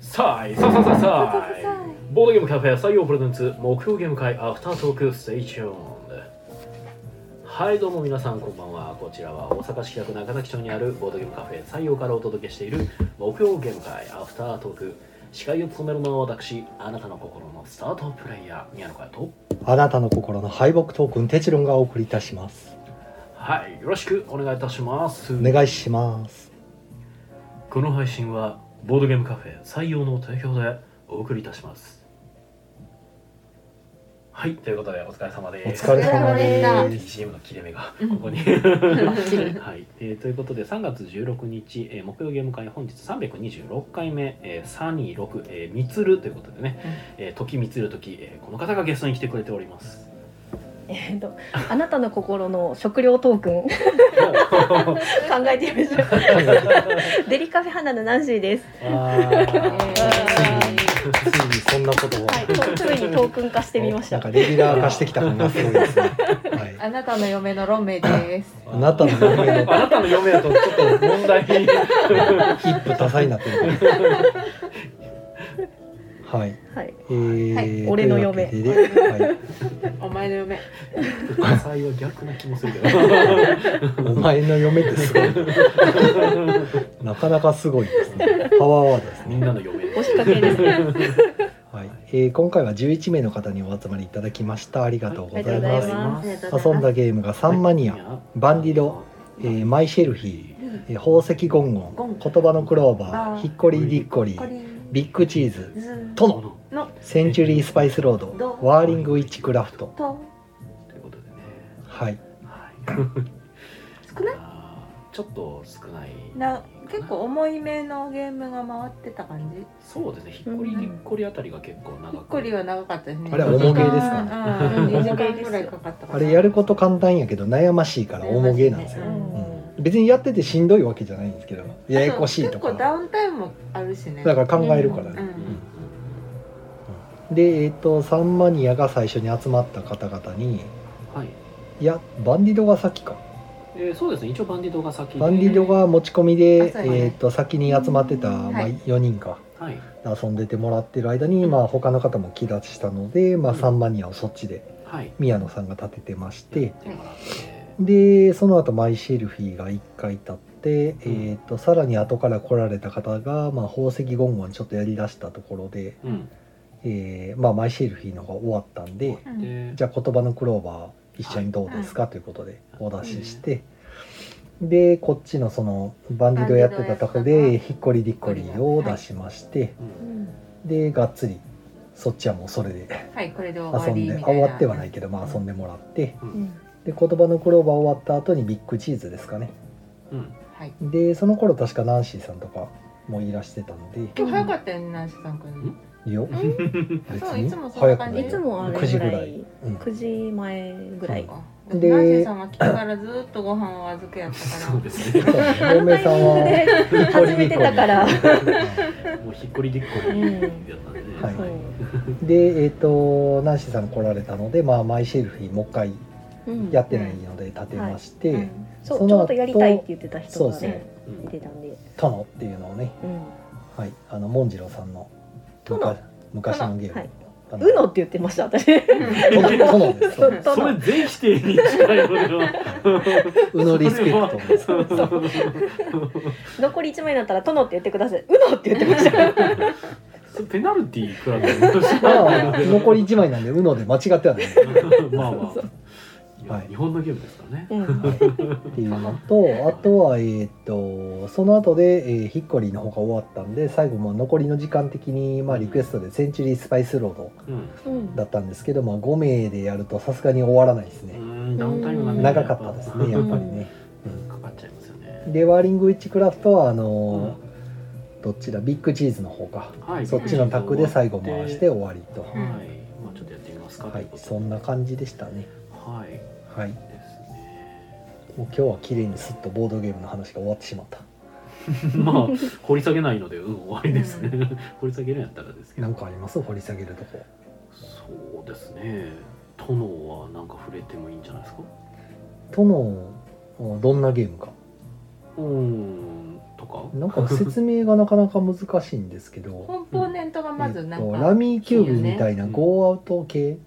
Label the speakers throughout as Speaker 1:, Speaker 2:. Speaker 1: さあいさあさあさあさあいボードゲームカフェ採用プレゼンツ目標ゲーム会アフタートークステイチューンはいどうも皆さんこんばんはこちらは大阪市北区中崎町にあるボードゲームカフェ採用からお届けしている目標ゲーム会アフタートーク司会を務めるのは私あなたの心のスタートプレイヤー宮野佳代と
Speaker 2: あなたの心の敗北トークンテチロンがお送りいたします
Speaker 1: はいよろしくお願いいたします
Speaker 2: お願いします
Speaker 1: この配信はボードゲームカフェ採用の提供でお送りいたしますはいということでお疲れ様
Speaker 2: お
Speaker 1: です
Speaker 2: 疲れ様
Speaker 3: 様
Speaker 2: です
Speaker 1: BGM の切れ目が
Speaker 3: うん
Speaker 1: ここに、 はいえーということで3月16日、えー木曜ゲーム会本日326回目、えー、サニー6、えー、みつるということでね、えー時みつる時、えーこの方がゲストに来てくれております
Speaker 4: えっと、あなたの心の食料トークン考えてみましょ う。デリカフェ花のナンシーです。
Speaker 1: あ
Speaker 2: ついにそんなことを、
Speaker 4: はい、とついにトークン化してみまし
Speaker 2: な
Speaker 4: た
Speaker 2: ん。かレギュラー化してきた感がすごい ですね、はい、
Speaker 3: あなたの嫁のロメです。
Speaker 1: ー
Speaker 2: あなたの夢の
Speaker 1: あなたの嫁だとちょっと問題
Speaker 2: 一夫多妻になってるはい、
Speaker 4: はい、
Speaker 2: えー
Speaker 4: はい俺の嫁
Speaker 2: というわけではい、
Speaker 3: お前の嫁。
Speaker 1: 火災は逆な気もするけ ど
Speaker 2: お前の嫁ってすごいなかなかすごいですねパワーワードですね
Speaker 1: みんなの嫁です
Speaker 4: 押しかけですね。
Speaker 2: はい、えー今回は11名の方にお集まりいただきましたありがとうござい
Speaker 4: ありがと
Speaker 2: ま
Speaker 4: うご
Speaker 2: す
Speaker 4: ざいます
Speaker 2: 遊んだゲームがサンマニア、バンディド、えーマイシェルヒー、えー宝石ゴンゴン言葉のクローバ
Speaker 3: あー
Speaker 2: ーヒッコリーディッコリ
Speaker 3: これ
Speaker 2: ービッグチーズ
Speaker 3: ずっ
Speaker 2: 殿センチュリースパイスロード
Speaker 3: ど
Speaker 2: ワーリングウィッチクラフ
Speaker 3: と
Speaker 2: ト
Speaker 1: ということでね、
Speaker 2: はい
Speaker 1: はい、
Speaker 3: 少ない。
Speaker 1: あーちょっと少ない
Speaker 3: な結構重いめのゲームが回ってた感じ。
Speaker 1: そうですねひっこり
Speaker 4: うん
Speaker 1: ひっこりあたりが結構長
Speaker 3: ひ
Speaker 1: く
Speaker 3: っこりは長かったですね。
Speaker 2: あれは
Speaker 3: げ
Speaker 2: 重ゲーですか
Speaker 3: ね。うん、2時間ぐらいかかったかな。
Speaker 2: あれやること簡単やけど悩ましいから重げなんですよ、
Speaker 3: う
Speaker 2: うん別にやっててしんどいわけじゃないんですけどややこしいと
Speaker 3: あ結
Speaker 2: か
Speaker 3: 構ダウンタイムもあるしね。
Speaker 2: だから考えるからね、
Speaker 3: うん
Speaker 1: うんうん
Speaker 2: でえっ、とサンマニアが最初に集まった方々に
Speaker 1: はい、
Speaker 2: いやバンディドが先か
Speaker 1: えーそうですね一応バンディドが先で
Speaker 2: バンディドが持ち込みで、
Speaker 3: あそうやね
Speaker 2: えー、と先に集まってた、まあ、
Speaker 3: はい
Speaker 2: 4人か
Speaker 1: はい
Speaker 2: 遊んでてもらってる間に、まあ、他の方も気立ちしたので、まあ、
Speaker 1: うん
Speaker 2: サンマニアをそっちで
Speaker 1: はい
Speaker 2: 宮野さんが立ててまして
Speaker 1: やってもらって
Speaker 2: でその後マイシェルフィーが1回立って、
Speaker 1: ん
Speaker 2: えー、とさらに後から来られた方が、まあ、宝石ゴンゴンちょっとやりだしたところで、
Speaker 1: うん
Speaker 2: えーまあ、マイシェルフィーの方が終わったんで、
Speaker 3: うん
Speaker 1: で
Speaker 2: じゃあ言葉のクローバー一緒にどうですか、ということでお出しして、でこっちのそのバンディドやってたとこ
Speaker 3: バンディド
Speaker 2: で
Speaker 3: や
Speaker 2: ひっこりりっこりを出しまして、
Speaker 1: うん
Speaker 2: でがっつりそっちはもうそれで
Speaker 3: はい、これで終
Speaker 2: 遊
Speaker 3: わ
Speaker 2: ん
Speaker 3: りみ
Speaker 2: で
Speaker 3: たい
Speaker 2: あ
Speaker 3: な。
Speaker 2: 終わってはないけど、まあ、遊んでもらって
Speaker 4: うん
Speaker 2: で言葉のクローバー終わった後にビッグチーズですかね
Speaker 1: うん
Speaker 3: はい。
Speaker 2: でその頃確かナンシーさんとかもいらしてたので
Speaker 3: 今日早かったよね、ナンシさんくん。
Speaker 2: いいよ別
Speaker 3: そう
Speaker 2: に
Speaker 3: いつもそんな
Speaker 2: 早く
Speaker 3: 感
Speaker 2: な
Speaker 3: じ
Speaker 2: い
Speaker 4: いつもあれ
Speaker 2: 9時
Speaker 4: ぐ
Speaker 2: ぐ
Speaker 4: ら
Speaker 2: ら
Speaker 4: い
Speaker 2: い、、うん
Speaker 4: 9時前ぐらい。
Speaker 2: で
Speaker 3: で、ナンシーさんは来てからずっとご飯を預けやったか
Speaker 1: そ
Speaker 3: ら
Speaker 1: う。ですね
Speaker 2: そう
Speaker 4: あ
Speaker 2: 小
Speaker 4: の
Speaker 2: 梅さ
Speaker 4: タイ
Speaker 2: ん
Speaker 4: ミング
Speaker 2: は
Speaker 4: で 始めてた から。
Speaker 1: もうひっこりりっこりやったんでね、
Speaker 2: はい
Speaker 4: そう。
Speaker 2: でえっ、とナンシーさん来られたので、まあ、マイシェルフィーもう一回
Speaker 4: うん
Speaker 2: やってないので立てまして、
Speaker 3: うん
Speaker 4: そ、
Speaker 2: そうの
Speaker 4: ちょ
Speaker 2: 後
Speaker 4: うどやりたいって言ってた
Speaker 2: そ
Speaker 4: 人
Speaker 2: う
Speaker 4: が
Speaker 2: ですね
Speaker 4: ね、
Speaker 1: うん
Speaker 4: 出てたんで。
Speaker 2: 殿っていうのをね、
Speaker 4: うん。
Speaker 2: はい、あの紋次郎さんの
Speaker 4: 殿
Speaker 2: 昔昔のゲーム、
Speaker 4: はい
Speaker 2: あ
Speaker 4: うのって言ってました、私。
Speaker 2: 殿殿です
Speaker 4: 殿
Speaker 1: それ全否定に近いのでは
Speaker 2: うのリスペクトです
Speaker 4: 残り1枚になったら、殿って言ってください。うのって言ってました。
Speaker 1: それペナルティーくらいだと思うし
Speaker 2: まあ残り1枚なんでうので間違ってはないっ
Speaker 1: まあま
Speaker 4: そ
Speaker 1: あいや、
Speaker 2: はい
Speaker 1: 日本のゲームですからね。
Speaker 4: うん。
Speaker 2: ていうのとあとはえーっとその後で、えーヒッコリーの方が終わったんで最後まあ残りの時間的に、まあ、リクエストで「センチュリースパイスロード
Speaker 1: うん」
Speaker 4: うん
Speaker 2: だったんですけど、まあ、5名でやるとさすがに終わらないです
Speaker 1: う
Speaker 2: ね
Speaker 1: ん、ダウンタイムがね
Speaker 2: 長かったですねやっぱりね、
Speaker 1: うんかかっちゃいますよね。
Speaker 2: でワーリングウィッチクラフトはあ
Speaker 1: う
Speaker 2: のー
Speaker 1: ん
Speaker 2: どっちだビッグチーズの方か、
Speaker 1: はい
Speaker 2: そっちのタッグで最後回して終わりと、
Speaker 1: はい、まあちょっとやってみますか。
Speaker 2: はい
Speaker 1: ということで
Speaker 2: そんな感じでしたね
Speaker 1: はいで
Speaker 2: はい
Speaker 1: すね。
Speaker 2: もう今日は綺麗にスッとボードゲームの話が終わってしまった
Speaker 1: まあ掘り下げないので、うん、終わりですね。掘り下げるんやったらですけど。
Speaker 2: なんかあります掘り下げるとこ
Speaker 1: そうですね。殿はなんか触れてもいいんじゃないですか。
Speaker 2: とのどんなゲームか
Speaker 1: うん。とか
Speaker 2: なんか説明がなかなか難しいんですけど、
Speaker 3: コンポーネントが まずな
Speaker 2: えっ
Speaker 3: ん
Speaker 2: と
Speaker 3: か、
Speaker 2: ラミーキューブみたいな
Speaker 1: うん
Speaker 2: ゴーアウト系、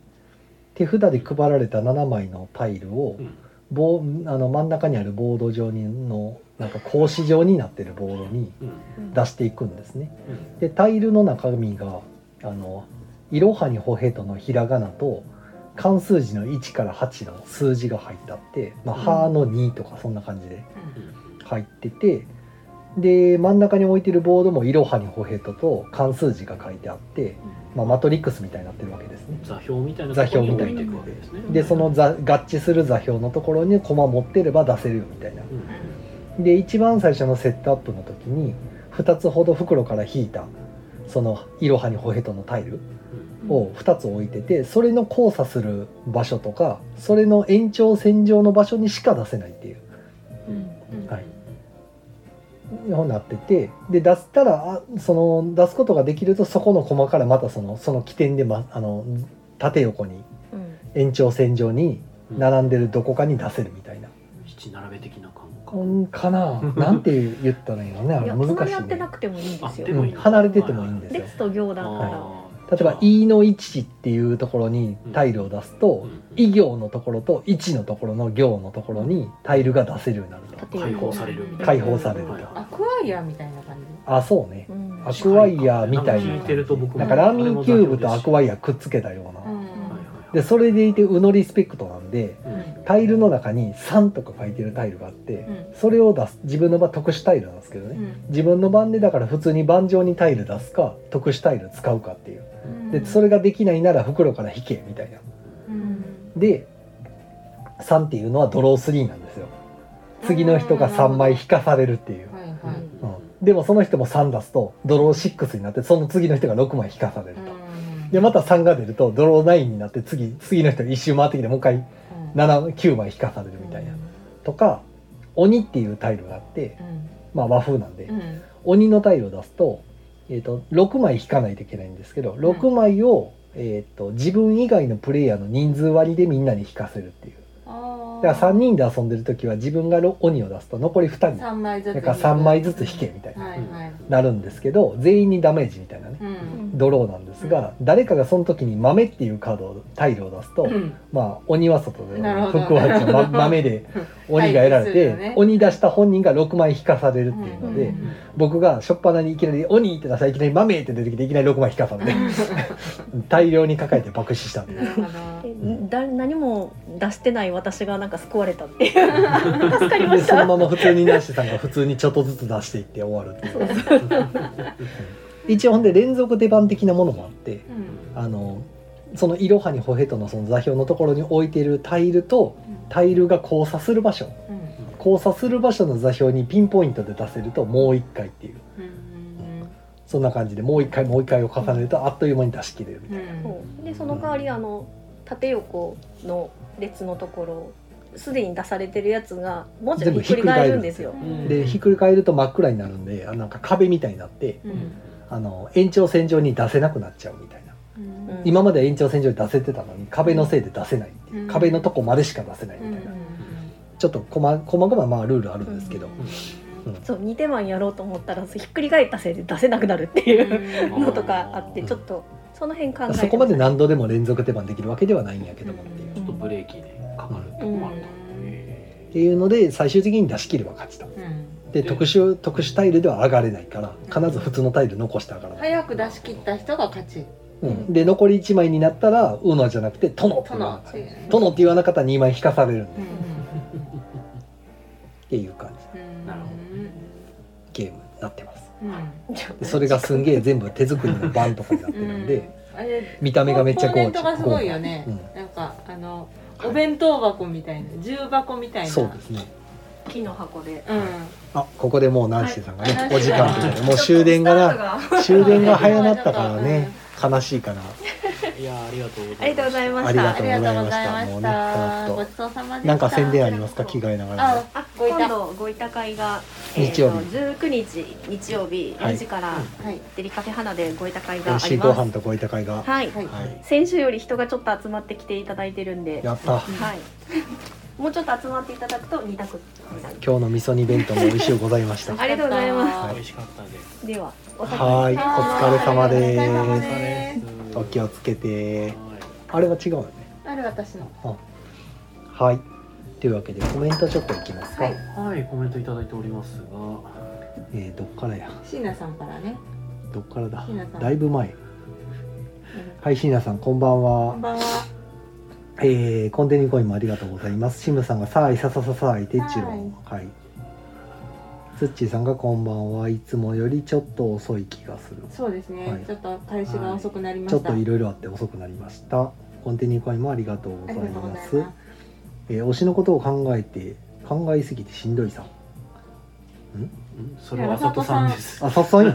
Speaker 2: 手札で配られた7枚のタイルを
Speaker 1: うん
Speaker 2: 棒あの真ん中にあるボード上にのなんか格子状になってるボードに
Speaker 1: うん
Speaker 3: うん
Speaker 2: 出していくんですね。
Speaker 1: うん
Speaker 2: でタイルの中身があの「いろはにほへと」のひらがなと漢数字の1から8の数字が入ってあって「まあ、
Speaker 1: うん
Speaker 2: は」の2とかそんな感じで
Speaker 1: うん
Speaker 2: 入っててで真ん中に置いてるボードも「いろはにほへと」と漢数字が書いてあって、まあ、マトリックスみたいになってるわけですね。
Speaker 1: 座標みたいなところに置いていくわけですね
Speaker 2: でそのざ合致する座標のところに駒持ってれば出せるよみたいな。
Speaker 1: うん
Speaker 2: で一番最初のセットアップの時に2つほど袋から引いたその「いろはにほへと」のタイル
Speaker 1: うん
Speaker 2: を2つ置いててそれの交差する場所とかそれの延長線上の場所にしか出せないっていう
Speaker 3: うん
Speaker 2: はいようになっててで出したらあその出すことができるとそこの駒からまたそのその起点で、ま、あの縦横に
Speaker 4: うん
Speaker 2: 延長線上に並んでるどこかに出せるみたいな、
Speaker 1: 七並べ的な感覚
Speaker 2: うん、かな なんて言ったらいいのねあ
Speaker 4: い
Speaker 2: れ
Speaker 4: や
Speaker 2: 難
Speaker 4: 隣
Speaker 2: し
Speaker 4: 合
Speaker 2: い
Speaker 4: ってな
Speaker 2: ね、
Speaker 4: くてもいいんです
Speaker 1: あで
Speaker 4: よ
Speaker 1: も
Speaker 2: うん離れててもいいんですよ
Speaker 4: 列と行だか
Speaker 1: あー
Speaker 2: 例えば「い」の「一」っていうところにタイルを出すと
Speaker 1: うん
Speaker 2: 「い」行のところと「一」のところの行のところにタイルが出せるようになると
Speaker 4: ら
Speaker 1: 解放されるみたいな
Speaker 2: 解放されると
Speaker 1: はい
Speaker 3: アクアイアみたいな感じ
Speaker 2: あそうね
Speaker 4: うん
Speaker 2: アクワイヤーみたい
Speaker 1: なん
Speaker 2: な
Speaker 1: か聞いてると僕も
Speaker 2: なんかラミーキューブとアクワイヤーくっつけたような
Speaker 1: はい
Speaker 3: ん
Speaker 1: はい
Speaker 2: でそれでいてうのリスペクトなんで
Speaker 1: うん
Speaker 2: タイルの中に3とか書いてるタイルがあって
Speaker 3: うん
Speaker 2: それを出す自分の場合特殊タイルなんですけどね自分の番でだから普通に盤上にタイル出すか特殊タイル使うかっていう
Speaker 3: うん
Speaker 2: でそれができないなら袋から引けみたいな
Speaker 3: うん
Speaker 2: で3っていうのはドロー3なんですよ次の人が3枚引かされるっていう
Speaker 3: はいはい
Speaker 2: うん、でもその人も3出すとドロー6になってその次の人が6枚引かされると、
Speaker 3: うん
Speaker 2: でまた3が出るとドロー9になって次次の人が一周回ってきてもう一回
Speaker 3: うん
Speaker 2: 79枚引かされるみたいな、とか鬼っていうタイルがあって
Speaker 3: うん
Speaker 2: まあ和風なんで、
Speaker 3: うん
Speaker 2: 鬼のタイルを出すと,、えー、と6枚引かないといけないんですけど6枚を、えー、と自分以外のプレイヤーの人数割りでみんなに引かせるっていう
Speaker 3: あー
Speaker 2: だから3人で遊んでる時は自分がろ鬼を出すと残り2人
Speaker 3: 三枚ずつ
Speaker 2: だから3枚ずつ引けみたいな、
Speaker 3: はいはい
Speaker 2: なるんですけど全員にダメージみたいなね
Speaker 3: うん
Speaker 2: ドローなんですが誰かがその時に「豆」っていうカードをタイルを出すと、
Speaker 3: うん
Speaker 2: まあ鬼は外で
Speaker 3: なるほど
Speaker 2: 服は 内ま豆で鬼が得ら
Speaker 3: 対
Speaker 2: れて、
Speaker 3: 立するよね
Speaker 2: 鬼出した本人が6枚引かされるっていうので、
Speaker 3: うん
Speaker 2: 僕が初っ端にいきなり「鬼!」って出したらいきなり「豆!」って出てきていきなり6枚引かさ れて大量に抱えて爆死したん で
Speaker 3: なるほど
Speaker 4: えだ何も出してない私がなんか救われたっていう 助かりま
Speaker 2: で
Speaker 4: し
Speaker 2: そ
Speaker 4: た
Speaker 2: のまま普通にナッシュさんが普通にちょっとずつ出していって終わるっていう。一応ほんで連続出番的なものもあって
Speaker 3: うん
Speaker 2: あのその「いろはにほへと」のその座標のところに置いてるタイルとタイルが交差する場所
Speaker 3: うん
Speaker 2: 交差する場所の座標にピンポイントで出せるともう一回っていう
Speaker 3: うん
Speaker 2: そんな感じでもう一回もう一回を重ねるとあっという間に出し切れるみたいな、
Speaker 3: うん
Speaker 4: そうでその代わりあの縦横の列のところすでに出されてるやつが文字をひっくり返るんですよ。
Speaker 1: うん
Speaker 2: でひっくり返ると真っ暗になるんであなんか壁みたいになって
Speaker 3: うん
Speaker 2: あの延長線上に出せなくなっちゃうみたいな
Speaker 3: うん
Speaker 4: うん
Speaker 2: 今までは延長線上に出せてたのに壁のせいで出せないっていう
Speaker 3: うん
Speaker 2: 壁のとこまでしか出せないみたいなちょっとこまこまごままあルールあるんですけど、うん
Speaker 4: そう2手間やろうと思ったらひっくり返ったせいで出せなくなるっていう
Speaker 1: うん
Speaker 4: のとかあってちょっとその辺考えて
Speaker 2: そこまで何度でも連続手番できるわけではないんやけどもっていう。
Speaker 1: ちょっとブレーキねかかるとこもあるとへ
Speaker 2: っ
Speaker 1: ー
Speaker 2: ていうので最終的に出し切れば勝ちと。で
Speaker 1: で
Speaker 2: 特殊特殊タイルでは上がれないから必ず普通のタイル残して上がらない、
Speaker 3: 早く出し切った人が勝ち。
Speaker 2: うん、で残り1枚になったら「うの」じゃなくて「との」って言わなかった「との」って言わなかったら2枚引かされるんでっていう感じゲームになってますでそれがすんげえ全部手作りの版とかになってるんで
Speaker 3: あれ
Speaker 2: 見た目がめっちゃ
Speaker 3: コンポーネ
Speaker 2: 豪
Speaker 3: ント
Speaker 2: 華
Speaker 3: がす
Speaker 2: 豪
Speaker 3: ご
Speaker 2: 華
Speaker 3: いよね
Speaker 2: うん。
Speaker 3: なんかあのお弁当箱みたいな重箱みたいな。
Speaker 2: そうですね
Speaker 4: 木の箱で
Speaker 3: うん。
Speaker 2: あここでもうナンシーさんがね、
Speaker 3: はい
Speaker 2: お時間ということでもう終電がな
Speaker 4: な
Speaker 2: 終電が早なったからね悲しいから
Speaker 1: いやーありがとうございます
Speaker 4: ありがとうございま
Speaker 3: あ
Speaker 2: ありがとう
Speaker 4: した
Speaker 3: り
Speaker 2: ござ
Speaker 3: が
Speaker 2: い
Speaker 3: とうございまし
Speaker 2: ましたもうねほん
Speaker 3: た。
Speaker 2: と
Speaker 3: ごちそうさまでした。
Speaker 2: なんか宣伝ありますか着替えながら
Speaker 3: あ
Speaker 2: も、
Speaker 4: あ
Speaker 3: ごいた
Speaker 4: 今度ご委託会が、えー、
Speaker 2: 日曜
Speaker 4: と
Speaker 2: 日
Speaker 4: 19日日曜日
Speaker 2: はい
Speaker 4: 4時から
Speaker 3: はい。
Speaker 4: デリカフェ花でご委託会
Speaker 2: 美
Speaker 4: があ
Speaker 2: 味しい
Speaker 4: り
Speaker 2: ご
Speaker 4: ま
Speaker 2: 飯
Speaker 4: す
Speaker 2: とごいた会が、
Speaker 4: はい
Speaker 3: はい。
Speaker 2: はい、
Speaker 4: 先週より人がちょっと集まってきていただいてるんで
Speaker 2: やった
Speaker 4: はいもうちょっと集まっていただくと2択になり
Speaker 2: 今日の味噌煮弁当も美味しゅうございました
Speaker 4: ありがとうございます
Speaker 2: はい
Speaker 1: 美味しかったです
Speaker 4: ますではお先に
Speaker 2: はーいお疲れ様で
Speaker 3: お疲れ様
Speaker 2: ー
Speaker 3: です
Speaker 1: す
Speaker 2: お気をつけて
Speaker 1: はい
Speaker 2: あれは違うよね
Speaker 3: あれ私の
Speaker 2: はいというわけでコメントちょっといきますか、
Speaker 3: はい
Speaker 1: はい、コメントいただいておりますが、
Speaker 2: えーどっからや
Speaker 3: 椎名さんからね
Speaker 2: どっからだ
Speaker 3: 椎名さん
Speaker 2: だいぶ前
Speaker 3: うん
Speaker 2: はい椎名さんこんばん
Speaker 3: こ
Speaker 2: は
Speaker 3: んばんは
Speaker 2: えー、コンテニコインもありがとうございます。シムさんがさあいささささあいてっちろん。はい。ツッチーさんがこんばんはいつもよりちょっと遅い気がする。
Speaker 3: そうですね、
Speaker 2: はい
Speaker 3: ちょっと開始が遅くなりま
Speaker 2: ちょ
Speaker 3: し、
Speaker 2: ったといろいろあって遅くなりました。コンテニコインもありがとうござい
Speaker 3: ありがとうご
Speaker 2: ま
Speaker 3: ざい
Speaker 2: す。
Speaker 3: ます
Speaker 2: えー推しのことを考えて考えすぎてしんどいさん。
Speaker 1: うんそれはあさとさんです。
Speaker 2: あさと さんや、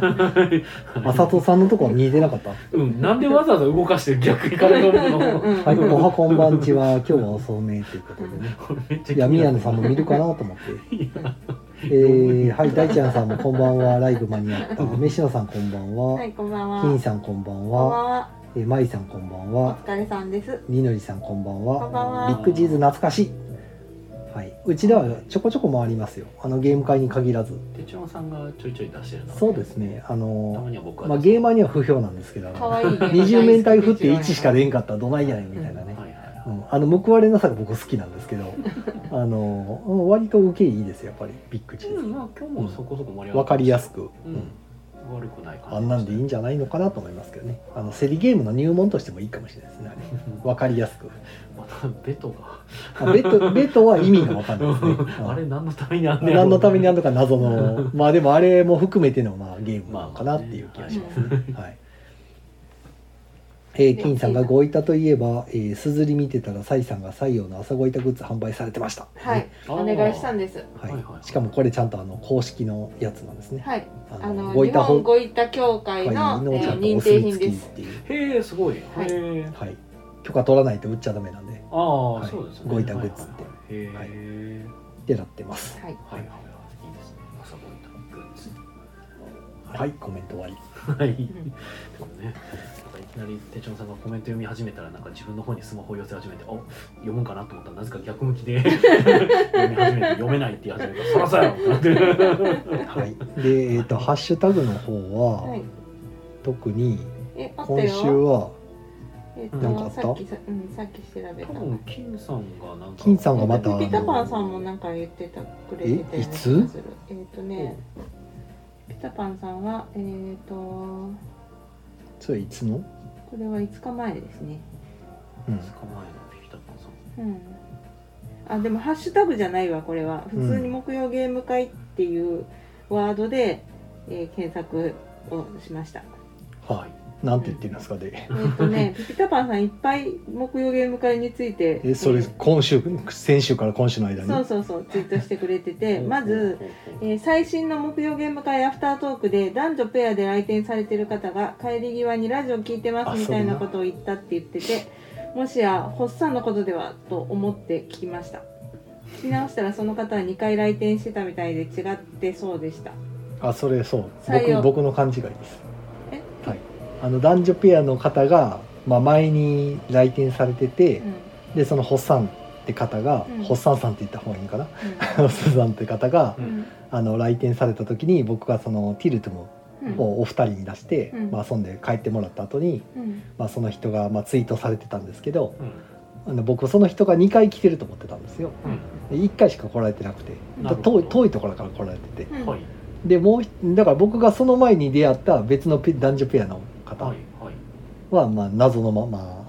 Speaker 2: あさとさんのとこは見えてなかった。
Speaker 1: うん、なんでわざわざ動かして逆に体を向くの。
Speaker 3: うんうん
Speaker 2: はい、おはこんばんちは、今日は遅めということでね。
Speaker 1: これめっちゃ気になる
Speaker 2: 闇屋のさんも見るかなと思 って。えー、はい、大ちゃんさんもこんばんは、ライブ間に合 った。飯野さんこんばんは。
Speaker 3: はいこんばんは
Speaker 2: 金さんこんばん
Speaker 3: こんば
Speaker 2: は。
Speaker 3: んは
Speaker 2: えー、まいさんこんばん
Speaker 3: お
Speaker 2: は。
Speaker 3: 疲れさんです
Speaker 2: りのりさんこんばんは。
Speaker 3: こんばん
Speaker 2: ビ
Speaker 3: は
Speaker 2: ッグチーズ懐かしい。はい、うちではちょこちょこ回りますよ。あのゲーム会に限らず。
Speaker 1: 手帳さんがちょいちょい出してるな。
Speaker 2: そうです。ね。あ
Speaker 1: たま
Speaker 2: の
Speaker 1: には僕は。
Speaker 2: ーまあゲーマーには不評なんですけど、あ
Speaker 3: 可
Speaker 2: の
Speaker 3: 愛いね
Speaker 2: 二重面体振って1しか出んかったらどないやねんみたいなね。
Speaker 1: はいは
Speaker 2: う
Speaker 1: い
Speaker 2: ん、あの報われなさが僕好きなんですけど あのうん割と受けいいですよやっぱりビッグチ
Speaker 1: はい。う
Speaker 2: ー
Speaker 1: ん、まあ今日もそこそこ盛り上
Speaker 2: ズわかりやすく、
Speaker 1: う
Speaker 2: うんん、
Speaker 1: 悪くない感じ。
Speaker 2: あんなんでいいんじゃないのかなと思いますけどねあの競りゲームの入門としてもいいかもしれないですねあれわかりやすく
Speaker 1: またベトが。
Speaker 2: あベトベトは意味がわかんないですね、 うん
Speaker 1: あれ何のためにあんねやろ
Speaker 2: 何のためにあんのか謎 のまあでもあれも含めてのまあゲームなのかなっていう気がしますね,、はいえー、金さんが「ごいたといえば、えー、すずり見てたらサイさんが採用の朝ごいたグッズ販売されてました」
Speaker 3: はい
Speaker 1: あー
Speaker 3: お願いしたんです
Speaker 2: はい
Speaker 1: はいはい
Speaker 2: しかもこれちゃんとあの公式のやつなんですね。
Speaker 3: はいあの
Speaker 2: ご
Speaker 3: 日
Speaker 2: いた
Speaker 3: 本
Speaker 2: 本
Speaker 3: ごいた協会
Speaker 2: 会
Speaker 3: の
Speaker 2: の
Speaker 3: え
Speaker 2: ちゃ
Speaker 3: ー
Speaker 2: んと
Speaker 3: 認
Speaker 2: お
Speaker 3: 定品
Speaker 2: 墨付
Speaker 3: で
Speaker 2: きっ
Speaker 3: す
Speaker 2: ていう、
Speaker 1: へえ、すごい。へ
Speaker 3: はい
Speaker 1: え。
Speaker 2: はい、許可取らないと売っちゃダメなんでっ
Speaker 1: ああ、
Speaker 2: はい
Speaker 1: そうですね。
Speaker 2: ごいたグッズって
Speaker 1: はいはいはい。へえ。
Speaker 2: てなってます。
Speaker 3: はい
Speaker 1: はいはいはい。いいですね。朝ごいたグッズ。
Speaker 2: はい、コメント終わり。
Speaker 1: はい。でもね、なんかいきなり手帳さんがコメント読み始めたら、なんか自分の方にスマホを寄せ始めて、お読むんかなと思ったら、なぜか逆向きで読み始めて、読めないって言い始めた。そらそうやろってなって。
Speaker 2: はい、で、えっとハッシュタグの方は、
Speaker 3: はい
Speaker 2: 特に
Speaker 3: えあったよ
Speaker 2: 今週は
Speaker 3: えっと
Speaker 1: なん
Speaker 2: かあった
Speaker 3: さっきさうんさっき調べた
Speaker 1: 多分、金さんがなんか。
Speaker 2: 金さんがまたあ
Speaker 3: ピタパンさ
Speaker 2: の
Speaker 3: んもなんか言ってたくれてたような気がするえっ、とねピタパンさんはえっ、と
Speaker 2: それいつの？
Speaker 3: これは5日前ですね
Speaker 2: うん
Speaker 1: 捕まえのピタパンさん。
Speaker 3: うんあでもハッシュタグじゃないわこれは普通に木曜ゲーム会っていうワードで、えー検索をしました
Speaker 2: はい。なんて言ってるんですかで。
Speaker 3: えっ、と ねピピタパンさんいっぱい木曜ゲーム会について
Speaker 2: え、それ
Speaker 3: そ
Speaker 2: 今週先週から今週の間に。
Speaker 3: うそうそうツイートしてくれて てまず、
Speaker 1: ほうほうほう、
Speaker 3: えー最新の木曜ゲーム会アフタートークで男女ペアで来店されてる方が帰り際にラジオ聞いてますみたいなことを言ったって言っててもしやホッサンのことではと思って聞きました聞き直したらその方は2回来店してたみたいで違ってそうでした
Speaker 2: あ、それそう。
Speaker 3: 採用
Speaker 2: 僕僕の勘違いです。
Speaker 3: え
Speaker 2: はい。あの男女ペアの方が、まあ前に来店されてて、
Speaker 3: うん
Speaker 2: でそのホッサンって方が、
Speaker 3: うん
Speaker 2: ホッサンさんって言った方がいいかな。 ホッサンさんって方が
Speaker 1: う
Speaker 3: うんん
Speaker 2: あの来店された時に僕がそのティルトム
Speaker 3: うん
Speaker 2: をお二人に出して、
Speaker 3: うん
Speaker 2: まあ遊んで帰ってもらった後に、
Speaker 3: うん
Speaker 2: まあその人がまあツイートされてたんですけど、
Speaker 1: うん
Speaker 2: あの僕その人が2回来てると思ってたんですよ。
Speaker 1: う
Speaker 2: で1回しか来られてなくて、
Speaker 1: なるほど
Speaker 2: 遠い遠いところから来られてて、
Speaker 3: うん
Speaker 1: ん。はい。
Speaker 2: でもうひだから僕がその前に出会った別のペ男女ペアの方
Speaker 1: はい
Speaker 2: は。
Speaker 1: はい。
Speaker 2: まあ謎のまま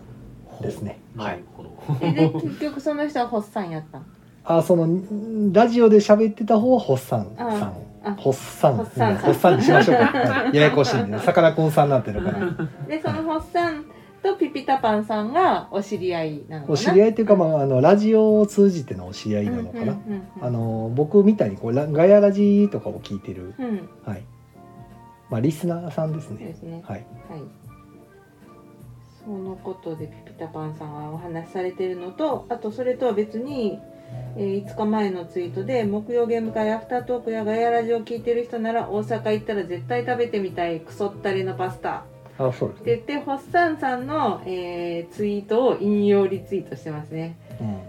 Speaker 2: ですね。
Speaker 1: なるほど。
Speaker 3: えで結局その人はホッサンやったん
Speaker 2: あそのんラジオで喋ってた方はホッサン
Speaker 3: あ
Speaker 2: さん。
Speaker 3: あ
Speaker 2: ホッサン。
Speaker 3: ホッサンさん
Speaker 2: ホッサンにしましょうか。 はいややこしいんでね。さかなクンさんなんていうのかな。
Speaker 3: でそのホッサンとピピタパンさんがお知り合いなのかな
Speaker 2: お知り合いというか、ま
Speaker 3: あ
Speaker 2: あ、あのラジオを通じてのお知り合いなのかな。あの僕みたいにこうラガヤラジとかを聞いてる、
Speaker 3: うん
Speaker 2: はいまあ、リスナーさんです
Speaker 3: そうで
Speaker 2: ね。
Speaker 3: すね
Speaker 2: はい、
Speaker 3: はい。そのことでピピタパンさんはお話しされてるのと、あとそれとは別に、えー5日前のツイートで木曜ゲーム会アフタートークやガヤラジオ聞いてる人なら大阪行ったら絶対食べてみたいクソったれのパスタ
Speaker 2: あそう
Speaker 3: って言ってホッサンさんの、えーツイートを引用リツイートしてますね。
Speaker 2: す、うん
Speaker 1: え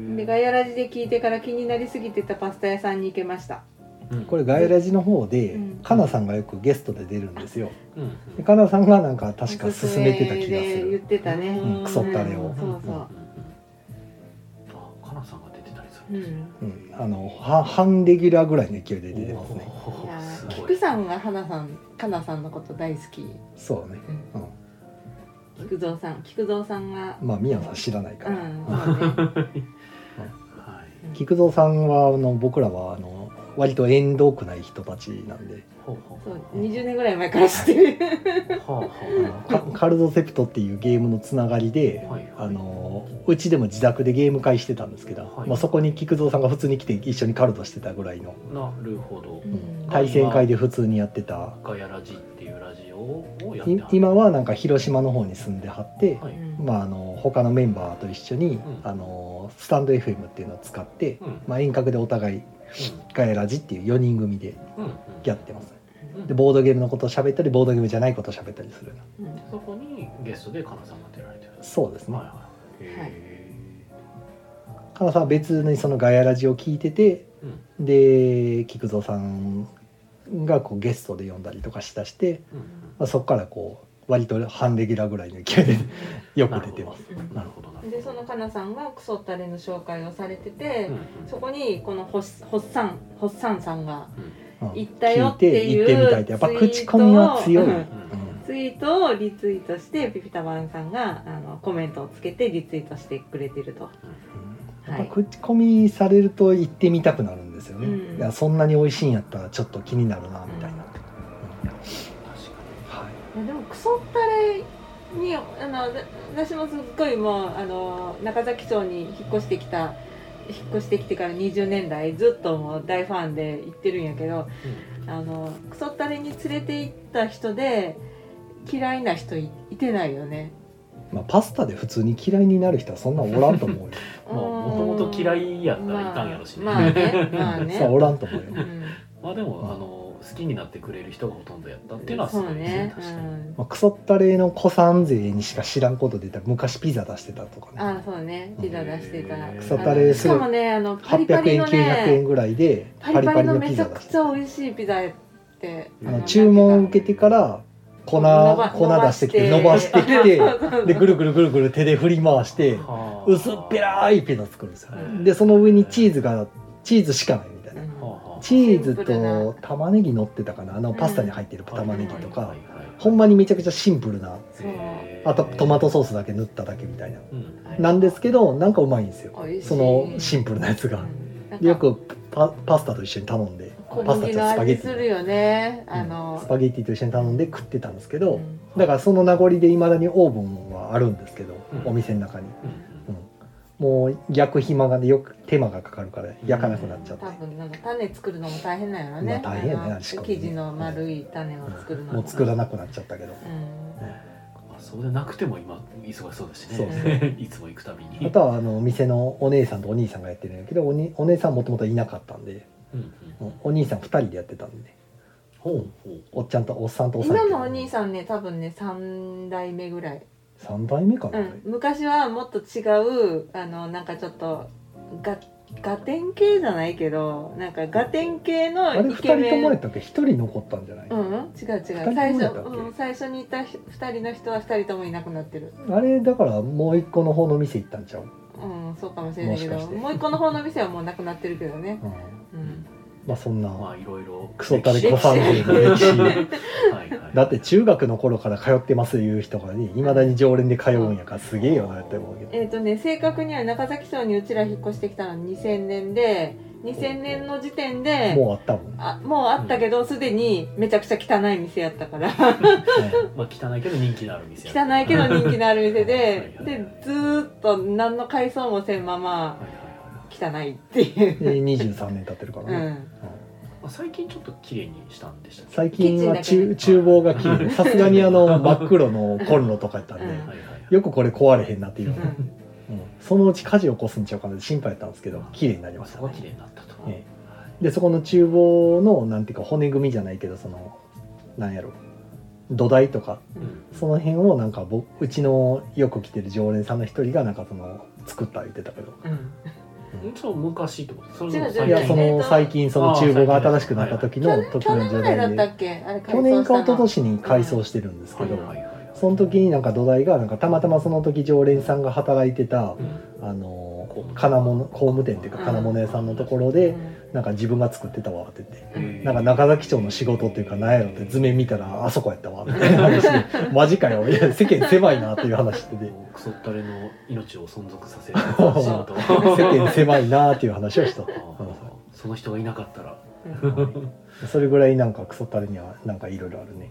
Speaker 1: ー
Speaker 3: でガヤラジで聞いてから気になりすぎてたパスタ屋さんに行けました
Speaker 1: うん
Speaker 2: これガイラジの方で、
Speaker 3: うん
Speaker 2: かなさんがよくゲストで出るんですよ。
Speaker 1: うんうん
Speaker 2: でかなさんがなんか確か勧めてた気がす
Speaker 3: おすすめで言っ
Speaker 2: る。
Speaker 3: てたね、
Speaker 1: うん
Speaker 2: クソったれを
Speaker 3: そうそう
Speaker 1: あかなさんが出てたりす
Speaker 3: う
Speaker 1: るんですね
Speaker 3: ん
Speaker 2: うん、あのは半レギュラーぐらいの勢いで出てますね。
Speaker 1: お
Speaker 3: いや
Speaker 1: ーす
Speaker 3: ー
Speaker 1: ごい
Speaker 3: 菊さんが花さんかなさんのこと大好き、
Speaker 2: そうね。うん。
Speaker 3: 菊蔵さん菊蔵さんが
Speaker 2: まあ宮さん知らないか
Speaker 3: う
Speaker 2: ら。
Speaker 3: んそうね
Speaker 1: はい
Speaker 2: 菊蔵さんはあの僕らはあの割と縁遠くない人たちなんで、
Speaker 1: ほうほう
Speaker 3: そう20年ぐらい前から知ってる
Speaker 1: ほうほう
Speaker 2: あ のカカルドセプトっていうゲームのつながりで。
Speaker 1: はい
Speaker 2: あのうちでも自宅でゲーム会してたんですけど、
Speaker 1: はい
Speaker 2: まあ、そこに菊蔵さんが普通に来て一緒にカルドしてたぐらいの、
Speaker 1: なるほど
Speaker 3: う。ん
Speaker 2: 対戦会で普通にやってた
Speaker 1: ガヤラジっていうラジオをやって
Speaker 2: い
Speaker 1: はる
Speaker 2: 今はなんか広島の方に住んではって、
Speaker 1: はい。
Speaker 3: うん
Speaker 2: まあ、あの他のメンバーと一緒に、
Speaker 1: ん
Speaker 2: あのスタンド FM っていうのを使って、
Speaker 1: うん
Speaker 2: まあ、遠隔でお互いガヤラジっていう4人組で
Speaker 1: うんうん
Speaker 2: やってます
Speaker 1: うん
Speaker 2: でボードゲームのことを喋ったりボードゲームじゃないことを喋ったりする
Speaker 3: うん
Speaker 1: そこにゲストでかなさんが出られてる。
Speaker 2: そうですね
Speaker 1: はいはい。へ
Speaker 2: かなさんは別にそのガヤラジを聞いてて
Speaker 1: ーうん
Speaker 2: で菊蔵さんがこうゲストで呼んだりとかしだして、
Speaker 1: うん
Speaker 2: まあ、そこからこう割と半レギュラーぐらいの勢いで よく出てます
Speaker 1: うん。なるほどなるほど。
Speaker 3: でそのかなさんがクソったれの紹介をされてて、
Speaker 1: うんうん
Speaker 3: そこにこのホッホッサンホッサンさんが
Speaker 2: うん
Speaker 3: 行ったよっていう
Speaker 2: 聞いて行ってみたいってやっぱ口コミは強い、
Speaker 3: ツイ
Speaker 2: うん
Speaker 3: ーツイートをリツイートしてピピタバンさんがあのコメントをつけてリツイートしてくれてると、
Speaker 2: や
Speaker 3: は
Speaker 2: っぱ
Speaker 3: い、
Speaker 2: 口コミされると行ってみたくなるんですよね、
Speaker 3: うん
Speaker 2: いやそんなに美味しいんやったらちょっと気になるなみたいな、
Speaker 1: 確
Speaker 2: うん
Speaker 1: か
Speaker 2: はい
Speaker 3: いやでもクソったれにあのだ私もすっごいもうあの中崎町に引っ越してきた引っ越してきてから20年来ずっともう大ファンで行ってるんやけど
Speaker 1: に。
Speaker 3: あのクソったれに連れて行った人で嫌いな人いいてないよね
Speaker 2: まあ、パスタで普通に嫌いになる人はそんなおらんと思うよ、
Speaker 1: まあもともと嫌
Speaker 3: い
Speaker 1: いやったらいかんやろしね。
Speaker 3: まあ まあねまあ
Speaker 2: そ
Speaker 3: ね
Speaker 2: うおらんと思うよ、
Speaker 3: う
Speaker 2: ま
Speaker 3: ん
Speaker 1: まあでもあの好きになってくれる人がほとんどやったっていうのはす
Speaker 3: そ
Speaker 1: ご
Speaker 3: う
Speaker 1: いですね
Speaker 3: ね。
Speaker 1: 確かに。
Speaker 2: あ、クソったれの子さん勢にしか知らんことで言ったら昔ピザ出してたと
Speaker 3: うん
Speaker 2: か
Speaker 3: あ
Speaker 2: ね
Speaker 3: そうねピザ出してたら
Speaker 1: へー
Speaker 2: クソったれ
Speaker 3: し
Speaker 2: すご
Speaker 3: か
Speaker 2: い
Speaker 3: もねあのパリパ
Speaker 2: 800
Speaker 3: リ
Speaker 2: 円
Speaker 3: の
Speaker 2: 900円
Speaker 3: ね
Speaker 2: ぐらいで
Speaker 3: パリパリの
Speaker 2: パ
Speaker 3: め
Speaker 2: リ
Speaker 3: ち
Speaker 2: パ
Speaker 3: ゃ
Speaker 2: リの
Speaker 3: く
Speaker 2: ピ
Speaker 3: ち
Speaker 2: ザ
Speaker 3: ゃ
Speaker 2: 出して
Speaker 3: 美味しいピザやって
Speaker 1: あ
Speaker 2: あ
Speaker 1: の
Speaker 2: の注文受けてから粉粉出してきて伸ばしてきてで ぐるぐるぐるぐる手で振り回して
Speaker 1: はあ
Speaker 2: 薄っぺらいピザ作るんですよ
Speaker 1: うん
Speaker 2: でその上にチーズがチーズしかないみたいな
Speaker 1: はあはあ
Speaker 2: チーズ
Speaker 3: シンプルな
Speaker 2: と玉ねぎ乗ってたかなあのパスタに入ってる玉ねぎと
Speaker 1: は
Speaker 2: か
Speaker 1: いはいはいはい
Speaker 2: ほんまにめちゃくちゃシンプルな
Speaker 3: そう
Speaker 1: へー
Speaker 2: あとトマトソースだけ塗っただけみたいな
Speaker 1: うん
Speaker 2: なんですけどなんかうまいんですよ
Speaker 3: 美味しい
Speaker 2: そのシンプルなやつがでよくパパスタと一緒に頼んでパ
Speaker 3: パ
Speaker 2: ス
Speaker 3: スタと
Speaker 2: タとス
Speaker 3: ス
Speaker 2: パ
Speaker 3: パ
Speaker 2: ゲ
Speaker 3: ゲッ
Speaker 2: ッテ
Speaker 3: テ
Speaker 2: ィ
Speaker 3: ィするよねあ
Speaker 2: ス
Speaker 3: の
Speaker 2: パゲッティと一緒に頼んで食ってたんですけど、
Speaker 3: うん
Speaker 2: だからその名残でいまだにオーブンはあるんですけど、
Speaker 1: うん
Speaker 2: お店の中に、
Speaker 1: うん
Speaker 2: うん、もう焼く暇がねよく手間がかかるから焼かなくなっちゃって
Speaker 3: 多、分なんか種作るのも大変なんやろね
Speaker 2: まあ大変やね
Speaker 3: あの
Speaker 2: あれしかもね
Speaker 3: 生地の丸い種を作るの
Speaker 2: もう作らなくなっちゃったけど、
Speaker 3: うん
Speaker 1: まあそうでなくても今忙しそうだし
Speaker 2: そう
Speaker 1: ね いつも行くたびに
Speaker 2: あとはあのお店のお姉さんとお兄さんがやってるんやけどおにお姉さんもともといなかったんで、
Speaker 1: うんうん
Speaker 2: うんお兄さん2人でやってたんで
Speaker 1: ほうほう
Speaker 2: おっちゃんとおっさんとおっさん
Speaker 3: 今のお兄
Speaker 2: ん
Speaker 3: さんね多分ね3代目ぐらい、
Speaker 2: 3代目かな、
Speaker 3: う
Speaker 2: あれ
Speaker 3: ん、昔はもっと違うあのなんかちょっとがガテン系じゃないけどなんかガテン系
Speaker 2: あれ
Speaker 3: の
Speaker 2: 2
Speaker 3: イケ
Speaker 2: 人と
Speaker 3: メン
Speaker 2: もやったっけ1人残ったんじゃない、
Speaker 3: うんうん、違う違う
Speaker 2: とも
Speaker 3: 最
Speaker 2: やった
Speaker 3: 初、
Speaker 2: っけ
Speaker 3: うん、最初にいた人2人の人は2人ともいなくなってる
Speaker 2: あれだからもう1個の方の店行ったんちゃう、
Speaker 3: うんそうかもしれないけど
Speaker 2: も
Speaker 3: も
Speaker 2: しかして
Speaker 3: う一個の方の店はもうなくなってるけどね、
Speaker 2: うん、
Speaker 3: うん、
Speaker 2: まあそんな、
Speaker 1: まあいろいろ
Speaker 2: クソタレ子さん勢の歴史だって中学の頃から通ってますいう人がねいまだに常連で通うんやからすげえよなって思うけど
Speaker 3: えっ、とね正確には中崎町にうちら引っ越してきたの2000年で2000年の時点で
Speaker 2: もうあったもん、
Speaker 3: あもうあったけどすでにめちゃくちゃ汚い店やったから
Speaker 2: うん
Speaker 1: まあ汚いけど人気のある店
Speaker 3: 汚いけど人気のある店で
Speaker 1: はいはい
Speaker 3: でずーっと何の改装もせんま
Speaker 1: は
Speaker 3: ま
Speaker 1: いはいは
Speaker 3: 汚いっていう、
Speaker 2: で23年経ってるから
Speaker 3: う
Speaker 2: ね、
Speaker 3: ん、
Speaker 2: う
Speaker 1: い
Speaker 2: ん
Speaker 1: まあ最近ちょっと綺麗にしたんでしたっけ
Speaker 2: 最近は
Speaker 3: キッチン
Speaker 2: 中
Speaker 3: だ
Speaker 2: 厨房が綺麗さすがにあの真っ黒のコンロとかやったんで、
Speaker 3: うん
Speaker 1: はいはいはい
Speaker 2: よくこれ壊れへんなってい
Speaker 3: う
Speaker 2: うの、うん
Speaker 3: ん
Speaker 2: そのうち火事起こすんちゃうかなって心配やったんですけど綺麗になりまし
Speaker 1: そ
Speaker 2: た
Speaker 1: こが
Speaker 2: ね
Speaker 1: 綺麗になったと
Speaker 2: えでそこの厨房のなんていうか骨組みじゃないけどそのなんやろ土台とか
Speaker 1: うん
Speaker 2: その辺をなんか僕うちのよく来てる常連さんの一人がなんかその作った言ってたけど
Speaker 3: うん
Speaker 1: そう昔ってことそ
Speaker 3: 違う違う
Speaker 2: いやその最近その厨房が新しくなった時
Speaker 3: 去
Speaker 2: の
Speaker 3: 年
Speaker 2: 時
Speaker 3: 去
Speaker 2: の
Speaker 3: 年
Speaker 2: 状
Speaker 3: ぐらいだ
Speaker 2: 態
Speaker 3: った
Speaker 2: で
Speaker 3: っけあれ改
Speaker 2: 去
Speaker 3: 装
Speaker 2: 年
Speaker 3: し
Speaker 2: か
Speaker 3: た
Speaker 2: 一昨
Speaker 3: の
Speaker 2: 年に改装してるんですけど、
Speaker 1: はいはいはい
Speaker 2: その時になんか土台がなんかたまたまその時常連さんが働いてた
Speaker 1: うん
Speaker 2: あの
Speaker 1: 工務店
Speaker 2: 金物工務店っていうか金物屋さんのところでなんか自分が作ってたわって言って。なんか中崎町の仕事っていうか何やろって図面見たらあそこやったわみたいな話でマジかよいや世間狭いなっていう話してて
Speaker 1: クソったれの命を存続させる仕 事
Speaker 2: 世間狭いなっていう話をした、う
Speaker 1: その人がいなかった ら、
Speaker 2: んそれぐらいなんかクソったれにはなんかいろいろあるね
Speaker 1: ね